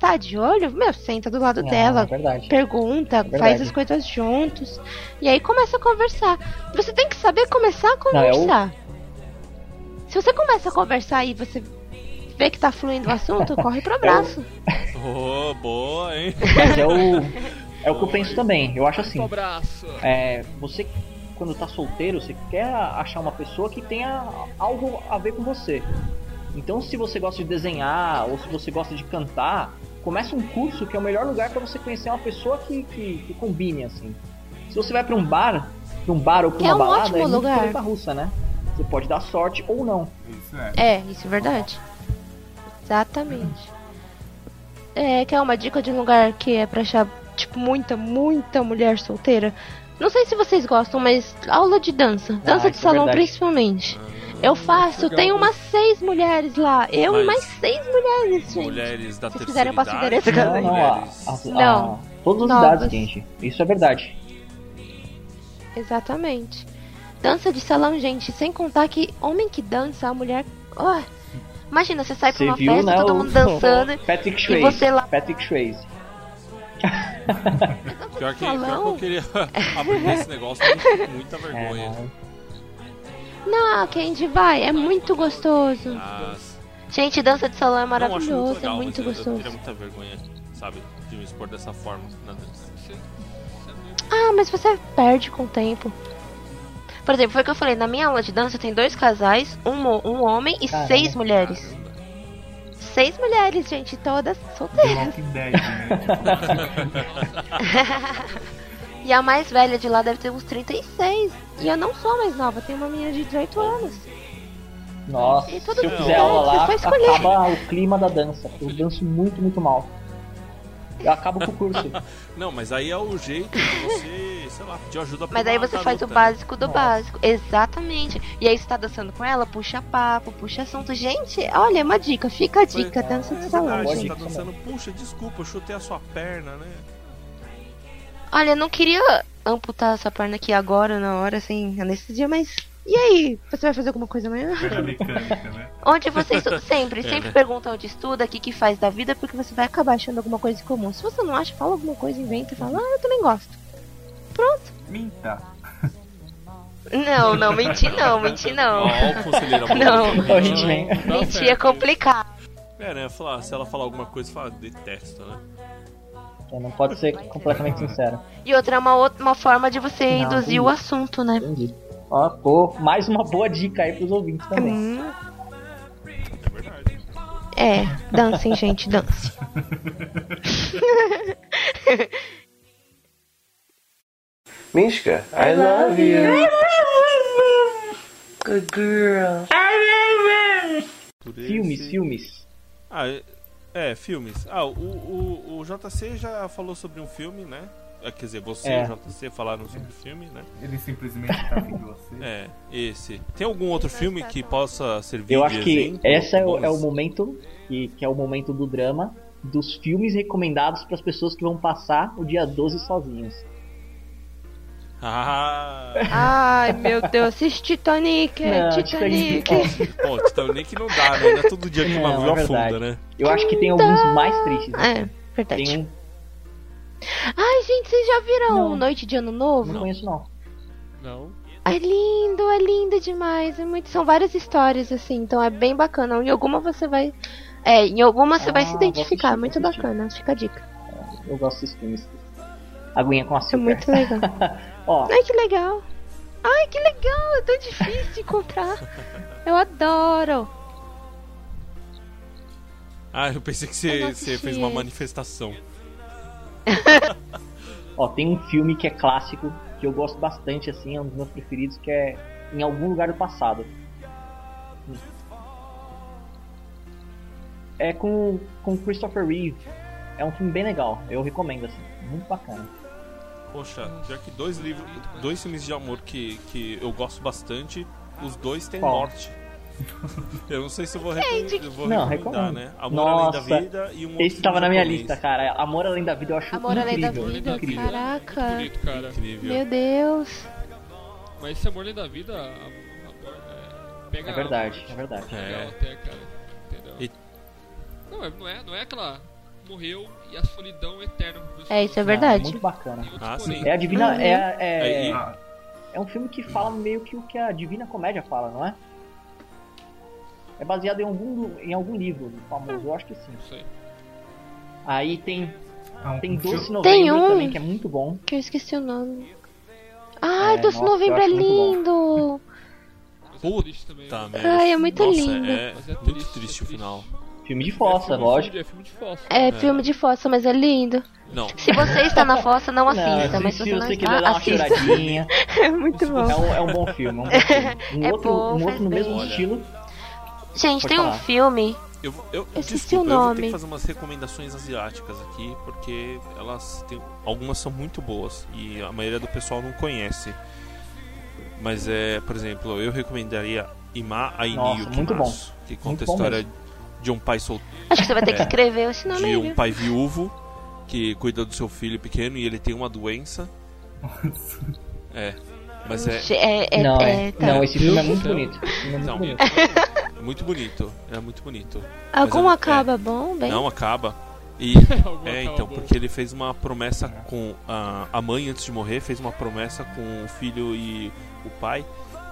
tá de olho, meu, senta do lado Ah, dela, é verdade. pergunta, Verdade. faz as coisas juntos. E aí começa a conversar. Você tem que saber começar a Não, é o- conversar. Se você começa a conversar e você vê que tá fluindo o assunto, corre É pro abraço. Oh, boa, hein? Mas é o, é o que eu penso também. Eu acho assim. Um abraço. É, você, quando tá solteiro, você quer achar uma pessoa que tenha algo a ver com você. Então, se você gosta de desenhar ou se você gosta de cantar, começa um curso que é o melhor lugar pra você conhecer uma pessoa que, que, que combine, assim. Se você vai pra um bar, pra um bar ou pra Que uma é um balada, ótimo é muito lugar. roleta russa, né? Você pode dar sorte ou não. Isso é. É, isso é verdade. Exatamente. É, quer uma dica de um lugar que é pra achar, tipo, muita, muita mulher solteira? Não sei se vocês gostam, mas aula de dança. Dança de isso é salão, verdade. Ah, principalmente. Eu faço, legal, tem né? umas seis mulheres lá. Eu e Mas- mais seis mulheres, gente. Mulheres da Se terceira quiserem, eu posso idade. endereçar Não, não, a, mulheres- a, a, Não. todas as Novas. idades, gente. Isso é verdade. Exatamente. Dança de salão, gente, sem contar que homem que dança, a mulher. Ah, imagina, você sai pra Você uma viu, festa, né? todo o- mundo dançando. Patrick e Swayze. você lá- Patrick Swayze. Pior Tá que, pior que salão. eu queria abrir esse negócio, mas eu tenho muita É, vergonha. não. Não, Candy, vai, é muito É, gostoso. Ah, Gente, dança de salão é não, acho maravilhoso, legal, é mas muito eu- Eu gostoso. teria muita vergonha, sabe, de me expor dessa forma na dança. Ah, mas você perde com o tempo. Por exemplo, foi o que eu falei, na minha aula de dança tem dois casais, um, mo- um homem e Caramba. seis mulheres. Seis mulheres, gente, todas The solteiras. Walking Dead, né? E a mais velha de lá deve ter uns 36. E eu não sou mais nova, tem uma menina de 18 anos. Nossa, E se É tudo eu bem, fizer aula lá, você só escolher. acaba o clima da dança. Eu danço muito, muito mal. Eu acabo com o curso. Então, Não, mas aí é o jeito de você, sei lá, pedir ajuda pra Mas aí uma você faz garota, o né? básico do Nossa. básico. Exatamente. E aí você tá dançando com ela, puxa papo, puxa assunto. Gente, olha, é uma dica, fica a dica, tá dança de É salão, verdade, gente. tá dançando, puxa, desculpa, eu chutei a sua perna, né? Olha, eu não queria amputar essa perna aqui agora, na hora, sem anestesia, mas. E aí? Você vai fazer alguma coisa amanhã? Coisa mecânica, né? Onde você estuda? Sempre, É, sempre né? pergunta onde estuda, o que, que faz da vida, porque você vai acabar achando alguma coisa em comum. Se você não acha, fala alguma coisa, inventa e fala, ah, eu também gosto. Pronto. Minta. Não, não, menti não, menti não. Ó, o conselheiro amoroso. Não, Ó, Hitman. mentir é complicado. É, né? Falar, se ela falar alguma coisa, fala, detesta, né? Então não pode ser completamente sincero. E outra é uma, outra, uma forma de você Não, induzir entendi. o assunto, né? Entendi. Ó, pô, mais uma boa dica aí pros ouvintes também. Hum. É, dancem, gente, dance. Mishka, I love you. Good girl. Filmes, filmes. Ah, é- é, filmes. Ah, o, o, o JC já falou sobre um filme, né? Ah, Quer dizer, você É. e o JC falaram É. sobre filme, né? Ele simplesmente tá vindo você. É, esse. Tem algum outro filme que possa servir Eu de acho que exemplo? esse é o, é o Bom, momento, que, que é o momento do drama, dos filmes recomendados para as pessoas que vão passar o dia 12 sozinhos. Ah! Ai, meu Deus, assiste Titanic, Não, É, é Titanic. Bom, Titanic não dá, né? Não é todo dia que o Não, navio é afunda, verdade. né? Eu acho que tem alguns mais tristes. né? É, verdade. Tem um, Ai, gente, vocês já viram Noite de Ano Novo? não conheço não. Não. É lindo, é lindo demais. É muito, são várias histórias, assim, então é bem bacana. Em alguma você vai. É, em alguma você vai Ah, se identificar. é muito bacana, fica a dica. Eu gosto desses filmes. Aguinha com açúcar. É muito legal. Ó, Ai, que legal. Ai, que legal, é tão difícil de encontrar. Eu adoro. Ah, eu pensei que você, você fez uma manifestação. ó, tem um filme que é clássico, que eu gosto bastante, assim, é um dos meus preferidos, que é Em Algum Lugar do Passado. É com, com Christopher Reeve. É um filme bem legal, eu recomendo, assim. Muito bacana. Poxa, pior que dois livros, dois filmes de amor que, que eu gosto bastante, os dois têm Qual? morte. Eu não sei se eu vou, recom eu vou Não, recomendar, recomendo. né? Amor Nossa, Além da Vida e um outro esse tava na minha japonês. lista, cara. Amor Além da Vida eu acho Amor além da incrível. vida, incrível. tá caraca. Bonito, cara. Incrível. Meu Deus. Mas esse amor além da vida a- a- é, pega É verdade, é verdade. a alma, É. legal até, cara. Entendeu? E- Não, é- não é, não é aquela morreu e a solidão eterna. pro É, pessoa. isso é Não, verdade. Ah, muito bacana. Tem outros né? Ah, porém. sim. É a Divina. Uhum. É, é, É, e- Ah, é um filme que fala meio que o que a Divina Comédia fala, não é? É baseado em algum, em algum livro famoso, eu acho que sim. Não sei. Aí tem, é um tem Doce filme- Novembro Tem um. também, que é muito bom. Que eu esqueci o nome. Ai, É, nossa, Doce eu Novembro é acho muito bom. lindo. Mas é Puta triste também. Tá, né? merda. Ai, é muito Nossa, lindo. É, Mas é muito triste, triste, é o triste. final. Filme de É fossa, filme- lógico. É filme de fossa. É filme de fossa, mas é lindo. Não, Se você está na fossa, não assista. Não, então, mas se, se se você não você está, quiser dar uma assista. choradinha, É muito é bom. um, é um bom filme. É um, bom filme. Um É outro, bom, um outro no faz mesmo bem. estilo. Gente, Pode tem um falar. filme. eu, eu, Eu esqueci desculpa, o eu vou ter nome. que fazer umas recomendações asiáticas aqui, porque elas têm, algumas são muito boas e a maioria do pessoal não conhece. Mas é, por exemplo, eu recomendaria Ima Aini Nossa, muito Yukimasu, que conta a bom história de um pai solteiro. Acho que você vai ter que É. escrever esse nome de aí, um viu? pai viúvo que cuida do seu filho pequeno e ele tem uma doença. É. Mas é É, é, não, é, é, tá. não, esse filme é Deus muito do céu. bonito. Esse filme é muito Não. bonito. é muito bonito. É muito bonito. Algum mas é- acaba bom, bem? Não acaba. E né? Alguma é tava então, boa. porque ele fez uma promessa com a, a mãe antes de morrer, fez uma promessa com o filho e o pai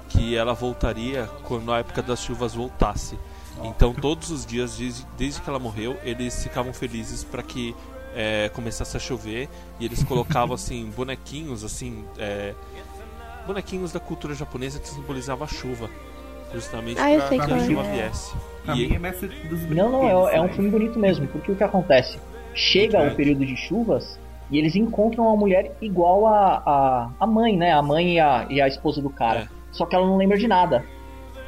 que ela voltaria quando a época das chuvas voltasse. Então, todos os dias desde, desde que ela morreu, eles ficavam felizes para que é, começasse a chover e eles colocavam assim bonequinhos assim é, bonequinhos da cultura japonesa que simbolizava a chuva, justamente Ah, eu para sei que a qual é. chuva viesse. Pra E mim é mestre dos Não, não, é, é um brinquedos, né? filme bonito mesmo, porque o que acontece? Chega Muito o período de chuvas e eles encontram uma mulher igual a, a, a mãe, né? A mãe e a, e a esposa do cara. É. Só que ela não lembra de nada.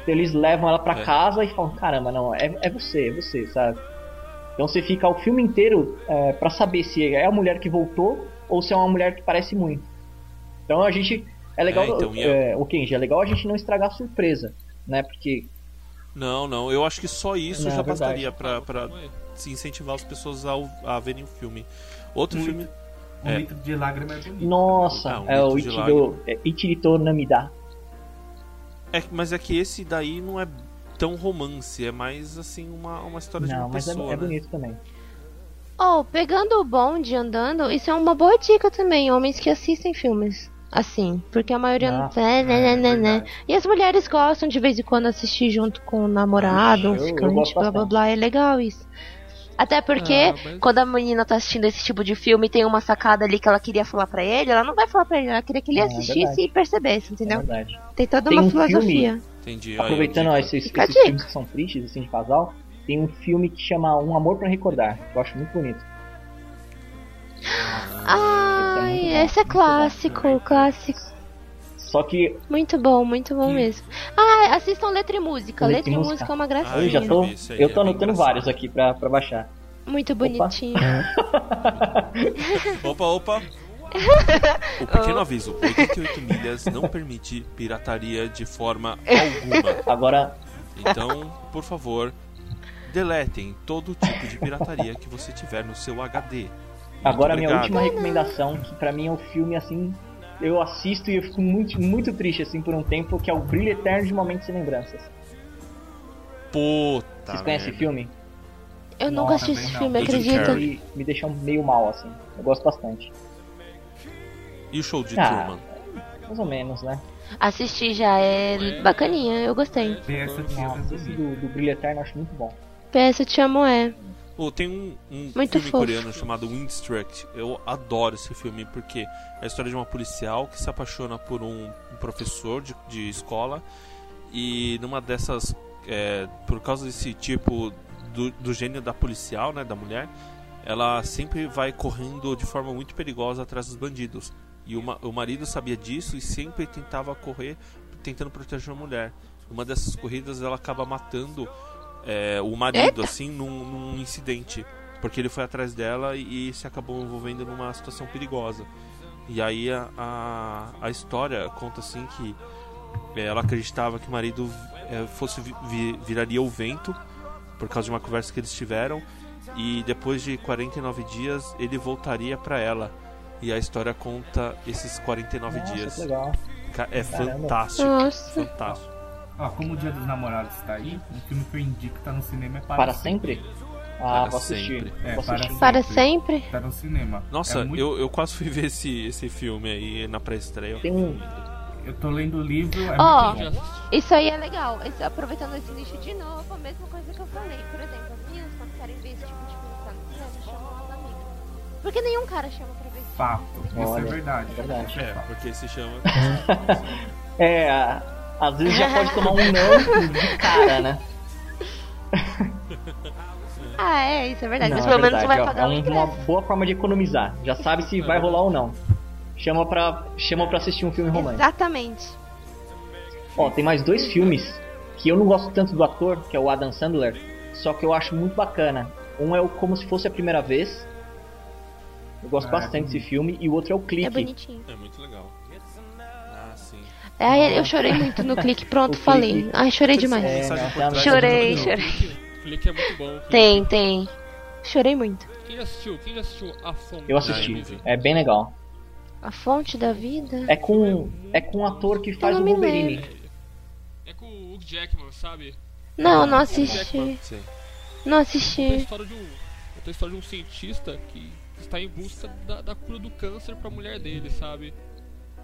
Então eles levam ela pra É. casa e falam, caramba, não, é, é você, é você, sabe? Então você fica o filme inteiro é, para saber se é a mulher que voltou ou se é uma mulher que parece muito. Então a gente. É legal. É, então, e é, o Kenji, é legal a gente não estragar a surpresa, né? Porque Não, não. Eu acho que só isso Não, já é verdade. bastaria pra, pra Calma aí. se incentivar as pessoas ao- a, verem o filme. Outro filme Um litro de lágrima é bonito. Nossa, Ah, um é o litro de Ichido, é, Ichirito Namida. É, mas é que esse daí não é tão romance, é mais assim uma, uma história de Não, uma mas é, pessoa. é né? bonito também. Ou, Oh, pegando o bonde andando, isso é uma boa dica também, homens que assistem filmes assim. Porque a maioria não. Nossa, Né, né, né, né, né. verdade. E as mulheres gostam de vez em quando assistir junto com o namorado, Eu- um eu ficante, gosto blá blá bastante. blá, é legal isso. Até porque Ah, mas- quando a menina tá assistindo esse tipo de filme e tem uma sacada ali que ela queria falar pra ele, ela não vai falar pra ele, ela queria que ele É, assistisse verdade. e percebesse, É entendeu? verdade. Tem toda Tem uma um filme- filosofia. Entendi. Aí, ó, Aproveitando ó, dica. esses, Fica a esses dica. filmes que são tristes, assim, de casal, tem um filme que chama Um Amor pra Recordar. que Eu acho muito bonito. muito bom, Ai, esse é muito bom. clássico, clássico. Só que Muito bom, muito bom mesmo. Ah, assistam Letra e Música. Letra e Letra e Música. Música é uma Ah, eu gracinha. já tô, vi isso aí, é eu tô bem anotando engraçado. vários aqui pra, pra baixar. Muito bonitinho. Opa, opa. O pequeno aviso: 88 milhas não permite pirataria de forma alguma. Agora, Então, por favor, deletem todo tipo de pirataria que você tiver no seu HD. Muito agora a minha obrigado. última recomendação, que pra mim é um filme, assim, eu assisto e eu fico muito, muito triste, assim, por um tempo, que é o Brilho Eterno de Momentos e Lembranças. Puta. Vocês conhecem merda. esse filme? Eu Não, nunca assisti também esse não. filme, Jim acredita? Carrey. E me deixou meio mal, assim. Eu gosto bastante. E o show de Ah. Truman? Mais ou menos, né? Assisti já, é bacaninha, eu gostei. Tem essa de é Nossa, outras esse bonitas. do, do Brilho Eterno eu acho muito bom. PS, eu te amo, é. Pô, tem um, um Muito filme fofo. coreano chamado Winstruct. Eu adoro esse filme porque é a história de uma policial que se apaixona por um um professor de, de escola e numa dessas, é, por causa desse tipo do, do gênio da policial, né, da mulher, ela sempre vai correndo de forma muito perigosa atrás dos bandidos. E o, ma- o marido sabia disso e sempre tentava correr, tentando proteger a mulher. Numa dessas corridas ela acaba matando é, o marido, assim, num, num incidente. Porque ele foi atrás dela e, e se acabou envolvendo numa situação perigosa. E aí a, a, a história conta assim que é, ela acreditava que o marido é, fosse vi- vi- viraria o vento por causa de uma conversa que eles tiveram e depois de 49 dias ele voltaria pra ela. E a história conta esses 49 Nossa, dias. que legal. Ca- É Caramba. fantástico. Nossa. Fantástico. Ó, como o Dia dos Namorados tá aí, um filme que eu indico que tá no cinema é Para, Para sempre? Ah, Para vou assistir. sempre. É, Vou para assistir. sempre. Para sempre? Tá no cinema. Nossa, É muito- eu, eu quase fui ver esse, esse filme aí na pré-estreia. Tem um. Eu tô lendo o livro, é Ó. muito bom. Isso aí é legal. Esse- aproveitando esse nicho de novo, a mesma coisa que eu falei. Por exemplo, as minhas, quando querem ver esse tipo de filme, tá no cinema, chamam as amigas. Porque nenhum cara chama pra ver esse filme. Fato. Isso é Olha, verdade. é verdade. Isso É, é fato. porque se chama. É, a- às vezes já pode tomar um não de cara, né? Ah, é, isso é verdade. Não, Mas é pelo menos tu vai verdade, ó, pagar o É uma ingresso. boa forma de economizar. Já sabe se vai rolar ou não. Chama pra, chama pra assistir um filme romântico. Exatamente. É Ó, tem mais dois filmes que eu não gosto tanto do ator, que é o Adam Sandler, só que eu acho muito bacana. Um é o Como Se Fosse a Primeira Vez. Eu gosto Ah, bastante desse filme. E o outro é o É Clique. bonitinho. É muito legal. Ah, sim. Ai, eu chorei muito no clique, pronto, O falei. clique. Ai, chorei demais. É, né, por trás Chorei, é muito legal. chorei. Flick é muito bom. Flick. Tem, tem. Chorei muito. Quem já assistiu? Quem já assistiu a Ah, eu fonte? eu não assisti. vi. É bem legal. A fonte da vida? É com, é com um ator que faz não o me Wolverine. É com o Hugh Jackman, sabe? Não, não Jackman. assisti. Sim. Conta a Não assisti. história de um, conta a história de um cientista que está em busca da, da cura do câncer pra mulher dele, sabe?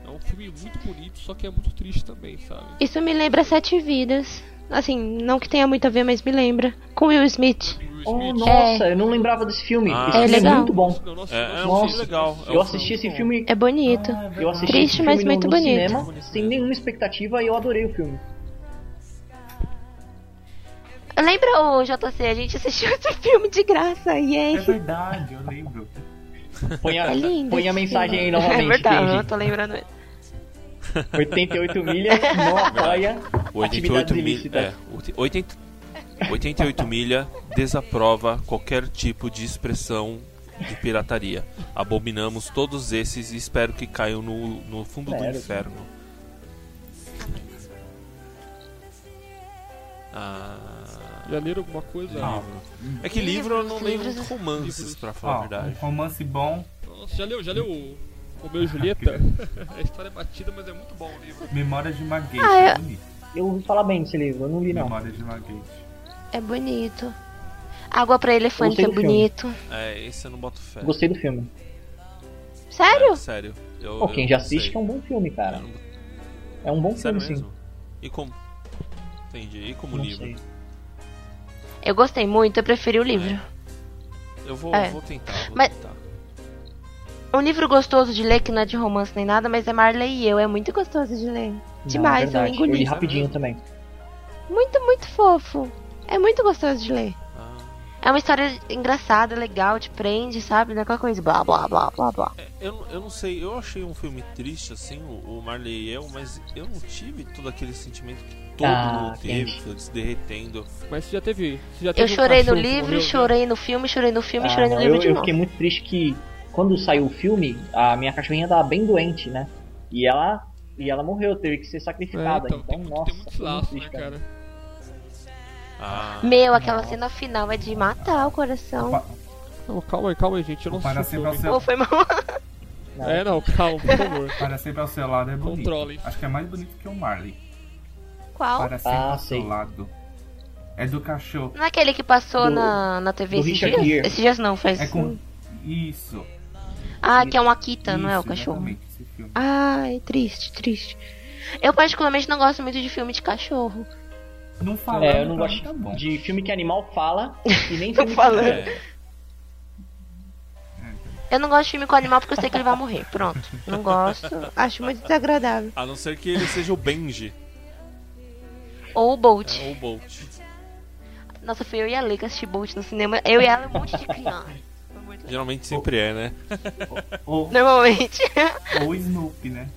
É um filme muito bonito, só que é muito triste também, sabe? Isso me lembra Sete Vidas. Assim, não que tenha muito a ver, mas me lembra. Com Will Smith. Will Oh, Smith- nossa, eu não lembrava desse filme. Ah. esse É filme legal. é muito bom. Não, nossa, É, é um nossa, filme legal. é um Eu assisti filme esse bom. filme. É bonito. Ah, é verdade. Eu assisti Triste, esse filme mas no, muito no bonito. cinema, sem nenhuma expectativa, e eu adorei o filme. Ah. Lembra o JC? A gente assistiu esse filme de graça. E É aí? verdade, eu lembro. Põe a, É lindo. põe a esse mensagem filme. aí novamente, É verdade, Kenji. eu tô lembrando. 88 milhas não apoia atividades 88 milha. ilícitas. É, 80, 88 milha desaprova qualquer tipo de expressão de pirataria. Abominamos todos esses e espero que caiam no, no fundo do Espero. inferno. Ah, Já leram alguma coisa? Ah, é que livro eu não leio Livros. romances, pra falar a ó, um verdade. romance bom, Nossa, já leu, já leu o Romeu e Julieta? a história é batida, mas é muito bom o livro. Memórias de uma gay. tá Ah, Eu ouvi falar bem desse livro, eu não li não. Memórias de uma gay. É bonito. Água pra elefante Gostei é do filme. bonito. É, esse eu não boto fé. Gostei do filme. Sério? É, sério. Eu, Pô, quem eu já não assiste sei. é um bom filme, cara. Eu não- É um bom Sério filme, sim. mesmo? E como. Entendi. E como Não livro? sei. Eu gostei muito, eu preferi o livro. Eu vou, É. vou tentar, vou Mas- tentar. Um livro gostoso de ler, que não é de romance nem nada, mas é Marley e eu. É muito gostoso de ler. Demais, um não, é eu verdade. engoli. li rapidinho também. Muito, muito fofo. É muito gostoso de ler. Ah, É uma história engraçada, legal, te prende, sabe? Não é qualquer coisa. Blá, blá, blá, blá, blá. é, eu, eu não sei, eu achei um filme triste, assim, o, o Marley e eu, mas eu não tive todo aquele sentimento que todo Ah, mundo teve, se derretendo. Mas você já teve. Você já Eu teve um chorei no cachorro que livro, morreu, chorei no filme, chorei no filme, Ah, chorei no não, livro eu, de eu novo. fiquei muito triste que quando saiu o filme, a minha cachorrinha tava bem doente, né? E ela e ela morreu, teve que ser né? sacrificada. É, então, então, tem, muito, nossa, tem muitos foi muito laços, né, triste, cara? Ah, Meu, aquela cena final é de matar o coração. Opa, Não, calma aí, calma aí, gente. Eu não Ah, Para assisti o sempre, ao filme. seu, Ou foi mal? Não. É, não, calma, por favor. para sempre ao seu lado é bonito. Controlem. Acho que é mais bonito que o Marley. Qual? Para sempre ao seu sei. lado. É do cachorro. Não é aquele que passou Do- na, na TV do esses Richard dias? Gere. Esses dias não, faz. É com. Isso. Ah, que é um Então Akita, não é o isso, cachorro? Exatamente, esse filme. Ai, triste, triste. Eu particularmente não gosto muito de filme de cachorro. Não fala. É, eu não pra mim gosto tá bom. de filme que animal fala e nem Tô filme falando. que... é, É. Eu não gosto de filme com animal porque eu sei que ele vai morrer. Pronto. Não gosto. Acho muito desagradável. a não ser que ele seja o Benji, Ou o Bolt. né, ou o Bolt. Nossa, foi eu e a Lei que assisti Bolt no cinema. Eu e ela e um monte de criança. Foi muito legal. Geralmente sempre é, né? Ou, Normalmente. ou Snoopy, né?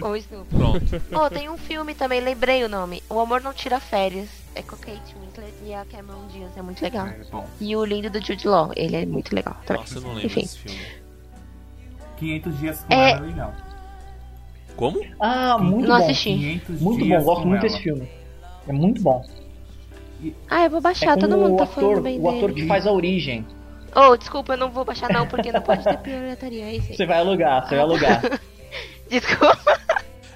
Ou Snoop. Pronto. Oh, tem um filme também, lembrei o nome. O Amor Não Tira Férias. É com a Kate Winslet e a Cameron Diaz. É muito Tá. legal. É bom. E o lindo do Jude Law. Ele é muito legal também. Nossa, eu não lembro Enfim. desse filme. 500 dias com É. ela é legal. Como? Ah, muito Não bom. assisti. 500 Muito dias bom, gosto com muito ela. desse filme. É muito bom. Ah, eu vou baixar. é com Todo mundo o tá ator, falando bem o ator dele. que faz a origem. Oh, desculpa, eu não vou baixar não, porque não pode ter pirataria. É isso aí. Você vai alugar, você vai alugar. tá. Desculpa.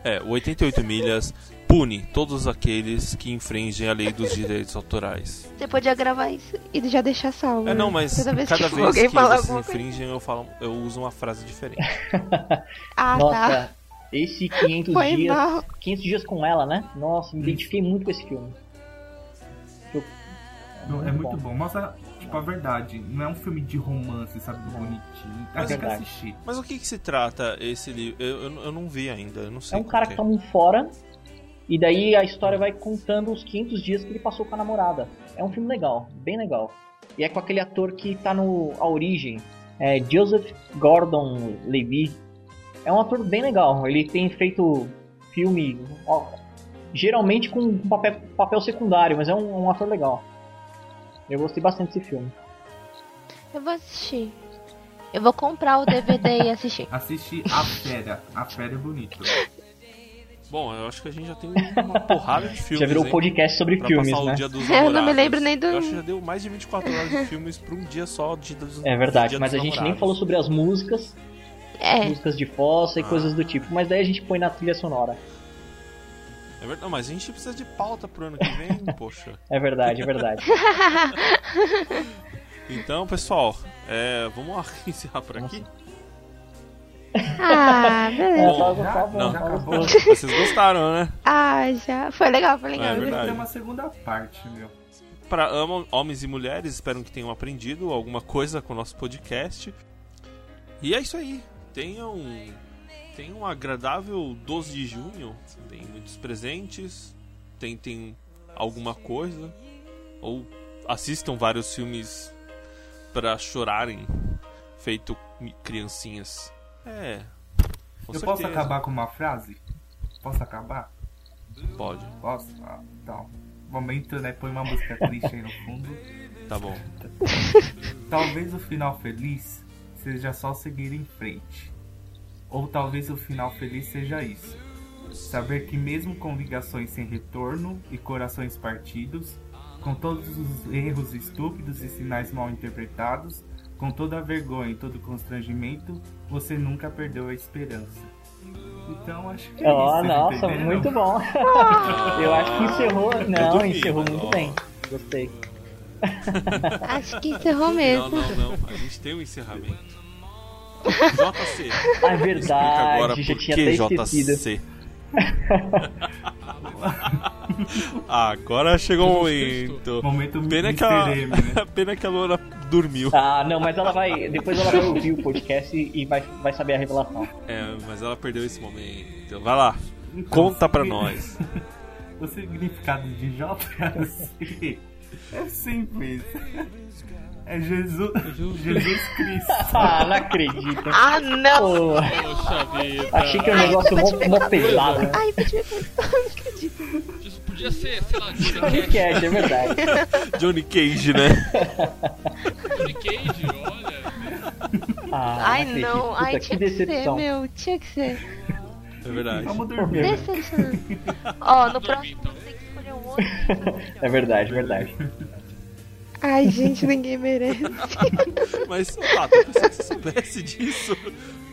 É, o 88 milhas pune todos aqueles que infringem a lei dos direitos autorais. Você podia gravar isso e já deixar salvo. É, não, né? mas Toda vez cada que vez que alguém fala vocês alguma coisa. infringem, eu, falo, eu uso uma frase diferente. Ah, tá. Nossa, esse 500 Foi dias, mal. 500 dias com ela, né? Nossa, me identifiquei muito com esse filme. Eu- Não, é muito bom. Mostra, tipo, a verdade. Não é um filme de romance, sabe? Do bonitinho. É Ah, tem que verdade. assistir. Mas o que, que se trata esse livro? Eu, eu, eu não vi ainda, eu não sei. É um como cara que que toma um fora e daí a história vai contando os 500 dias que ele passou com a namorada. É um filme legal, bem legal. E é com aquele ator que tá no A Origem, é Joseph Gordon-Levy. É um ator bem legal. Ele tem feito filme ó, geralmente com um papel, papel secundário, mas é um, um ator legal. Eu gostei bastante desse filme. Eu vou assistir. Eu vou comprar o DVD e assistir. Assiste A Fera. A Fera é bonito. Bom, eu acho que a gente já tem uma porrada de filmes. Já virou hein, podcast sobre pra filmes, passar né? o dia dos É, eu não me namorados. lembro nem do- Eu acho que já deu mais de 24 horas de filmes pra um dia só de dos É do verdade, Dia mas a dos gente nem Namorados. falou sobre as músicas. É. músicas de fossa e Ah. coisas do tipo. Mas daí a gente põe na trilha sonora. É verdade, não, mas a gente precisa de pauta pro ano que vem, poxa. É verdade, é verdade. Então, pessoal, é, vamos lá encerrar por aqui. Ah, beleza. Bom, Tá Já, bom, não. já tá acabou. gostoso. Vocês gostaram, né? Ah, já. Foi legal, foi legal. É Tem que verdade. ter uma segunda parte, meu. Para amo- homens e mulheres, espero que tenham aprendido alguma coisa com o nosso podcast. E é isso aí. Tenham, tenham um agradável 12 de junho. Tem muitos presentes. Tentem alguma coisa. Ou assistam vários filmes para chorarem, feito mi- criancinhas. É. com Eu posso certeza. acabar com uma frase? Posso acabar? Pode, Posso? Ah, então. Momento, né? Põe uma música triste aí no fundo. tá bom. Talvez o final feliz seja só seguir em frente. Ou talvez o final feliz seja isso. Saber que mesmo com ligações sem retorno e corações partidos, com todos os erros estúpidos e sinais mal interpretados, Com toda a vergonha e todo o constrangimento, você nunca perdeu a esperança. Então acho que é Ó, isso. Ah, nossa, entenderam? muito bom. Ah. Eu acho que encerrou. Não, encerrou muito bem. Gostei. Acho que encerrou mesmo. É. Não, não, não. A gente tem um encerramento. JC. Ah, é Explica verdade, agora já por tinha que até esquecido. JC. Ah, agora chegou o momento. Momento Pena que, a, Mr. M, né? pena que a Luana dormiu. Ah, não, mas ela vai. Depois ela vai ouvir o podcast e vai, vai saber a revelação. É, mas ela perdeu esse momento. Vai lá, né? conta pra nós. O significado de JC é simples. É Jesus, Jesus Cristo. Ah, não acredito. Ah, não! Pô, Poxa vida. achei que era um então negócio tá mó, mó pesado. Ai, eu tive não acredito. Isso podia ser, sei lá, Johnny Cash, Podcast, é verdade. Johnny Cage, né? é? Johnny Cage, olha. Ah, Ai, acredito. não. Puta, Ai, que tinha que ser, decepção. meu. Tinha que ser. É verdade. Vamos dormir. Decepcionante. Ó, no Dormir, próximo. então. Tem que escolher um outro. É verdade, verdade. Ai, gente, ninguém merece. Mas, Tata, eu pensei que você soubesse disso.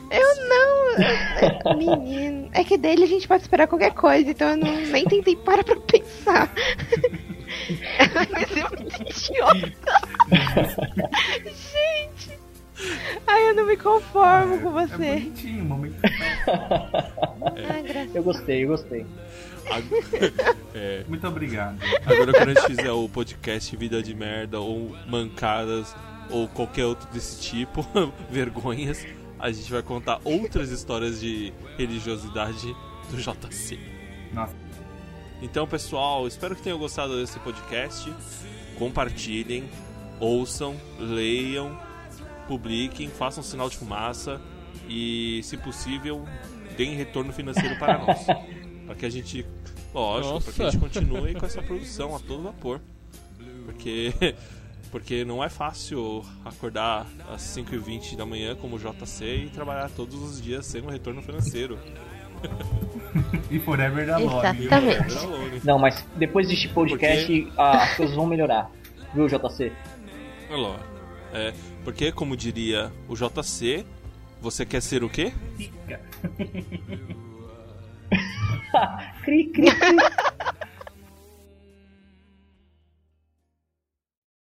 Eu não. Menino. É que dele a gente pode esperar qualquer coisa, então eu não, nem tentei parar pra pensar. Mas é muito idiota. gente. Ai, eu não me conformo com É você. bonitinho, momento. Ah, graças. Eu gostei, eu gostei. Ag- É, Muito obrigado. Agora, quando a gente fizer o podcast Vida de Merda ou Mancadas ou qualquer outro desse tipo, vergonhas, a gente vai contar outras histórias de religiosidade do JC. Nossa. Então, pessoal, espero que tenham gostado desse podcast. Compartilhem, ouçam, leiam, publiquem, façam sinal de fumaça e, se possível, deem retorno financeiro para nós. para que a gente, lógico, para que a gente continue com essa produção a todo vapor. Porque porque não é fácil acordar às 5h20 da manhã como o JC e trabalhar todos os dias sem um retorno financeiro. E Forever da tá Love. Exatamente. Era longe. Não, mas depois deste podcast a- as coisas vão melhorar. Viu, JC? É lógico. É, porque, como diria o JC, você quer ser o quê? Fica. Cri, cri, cri.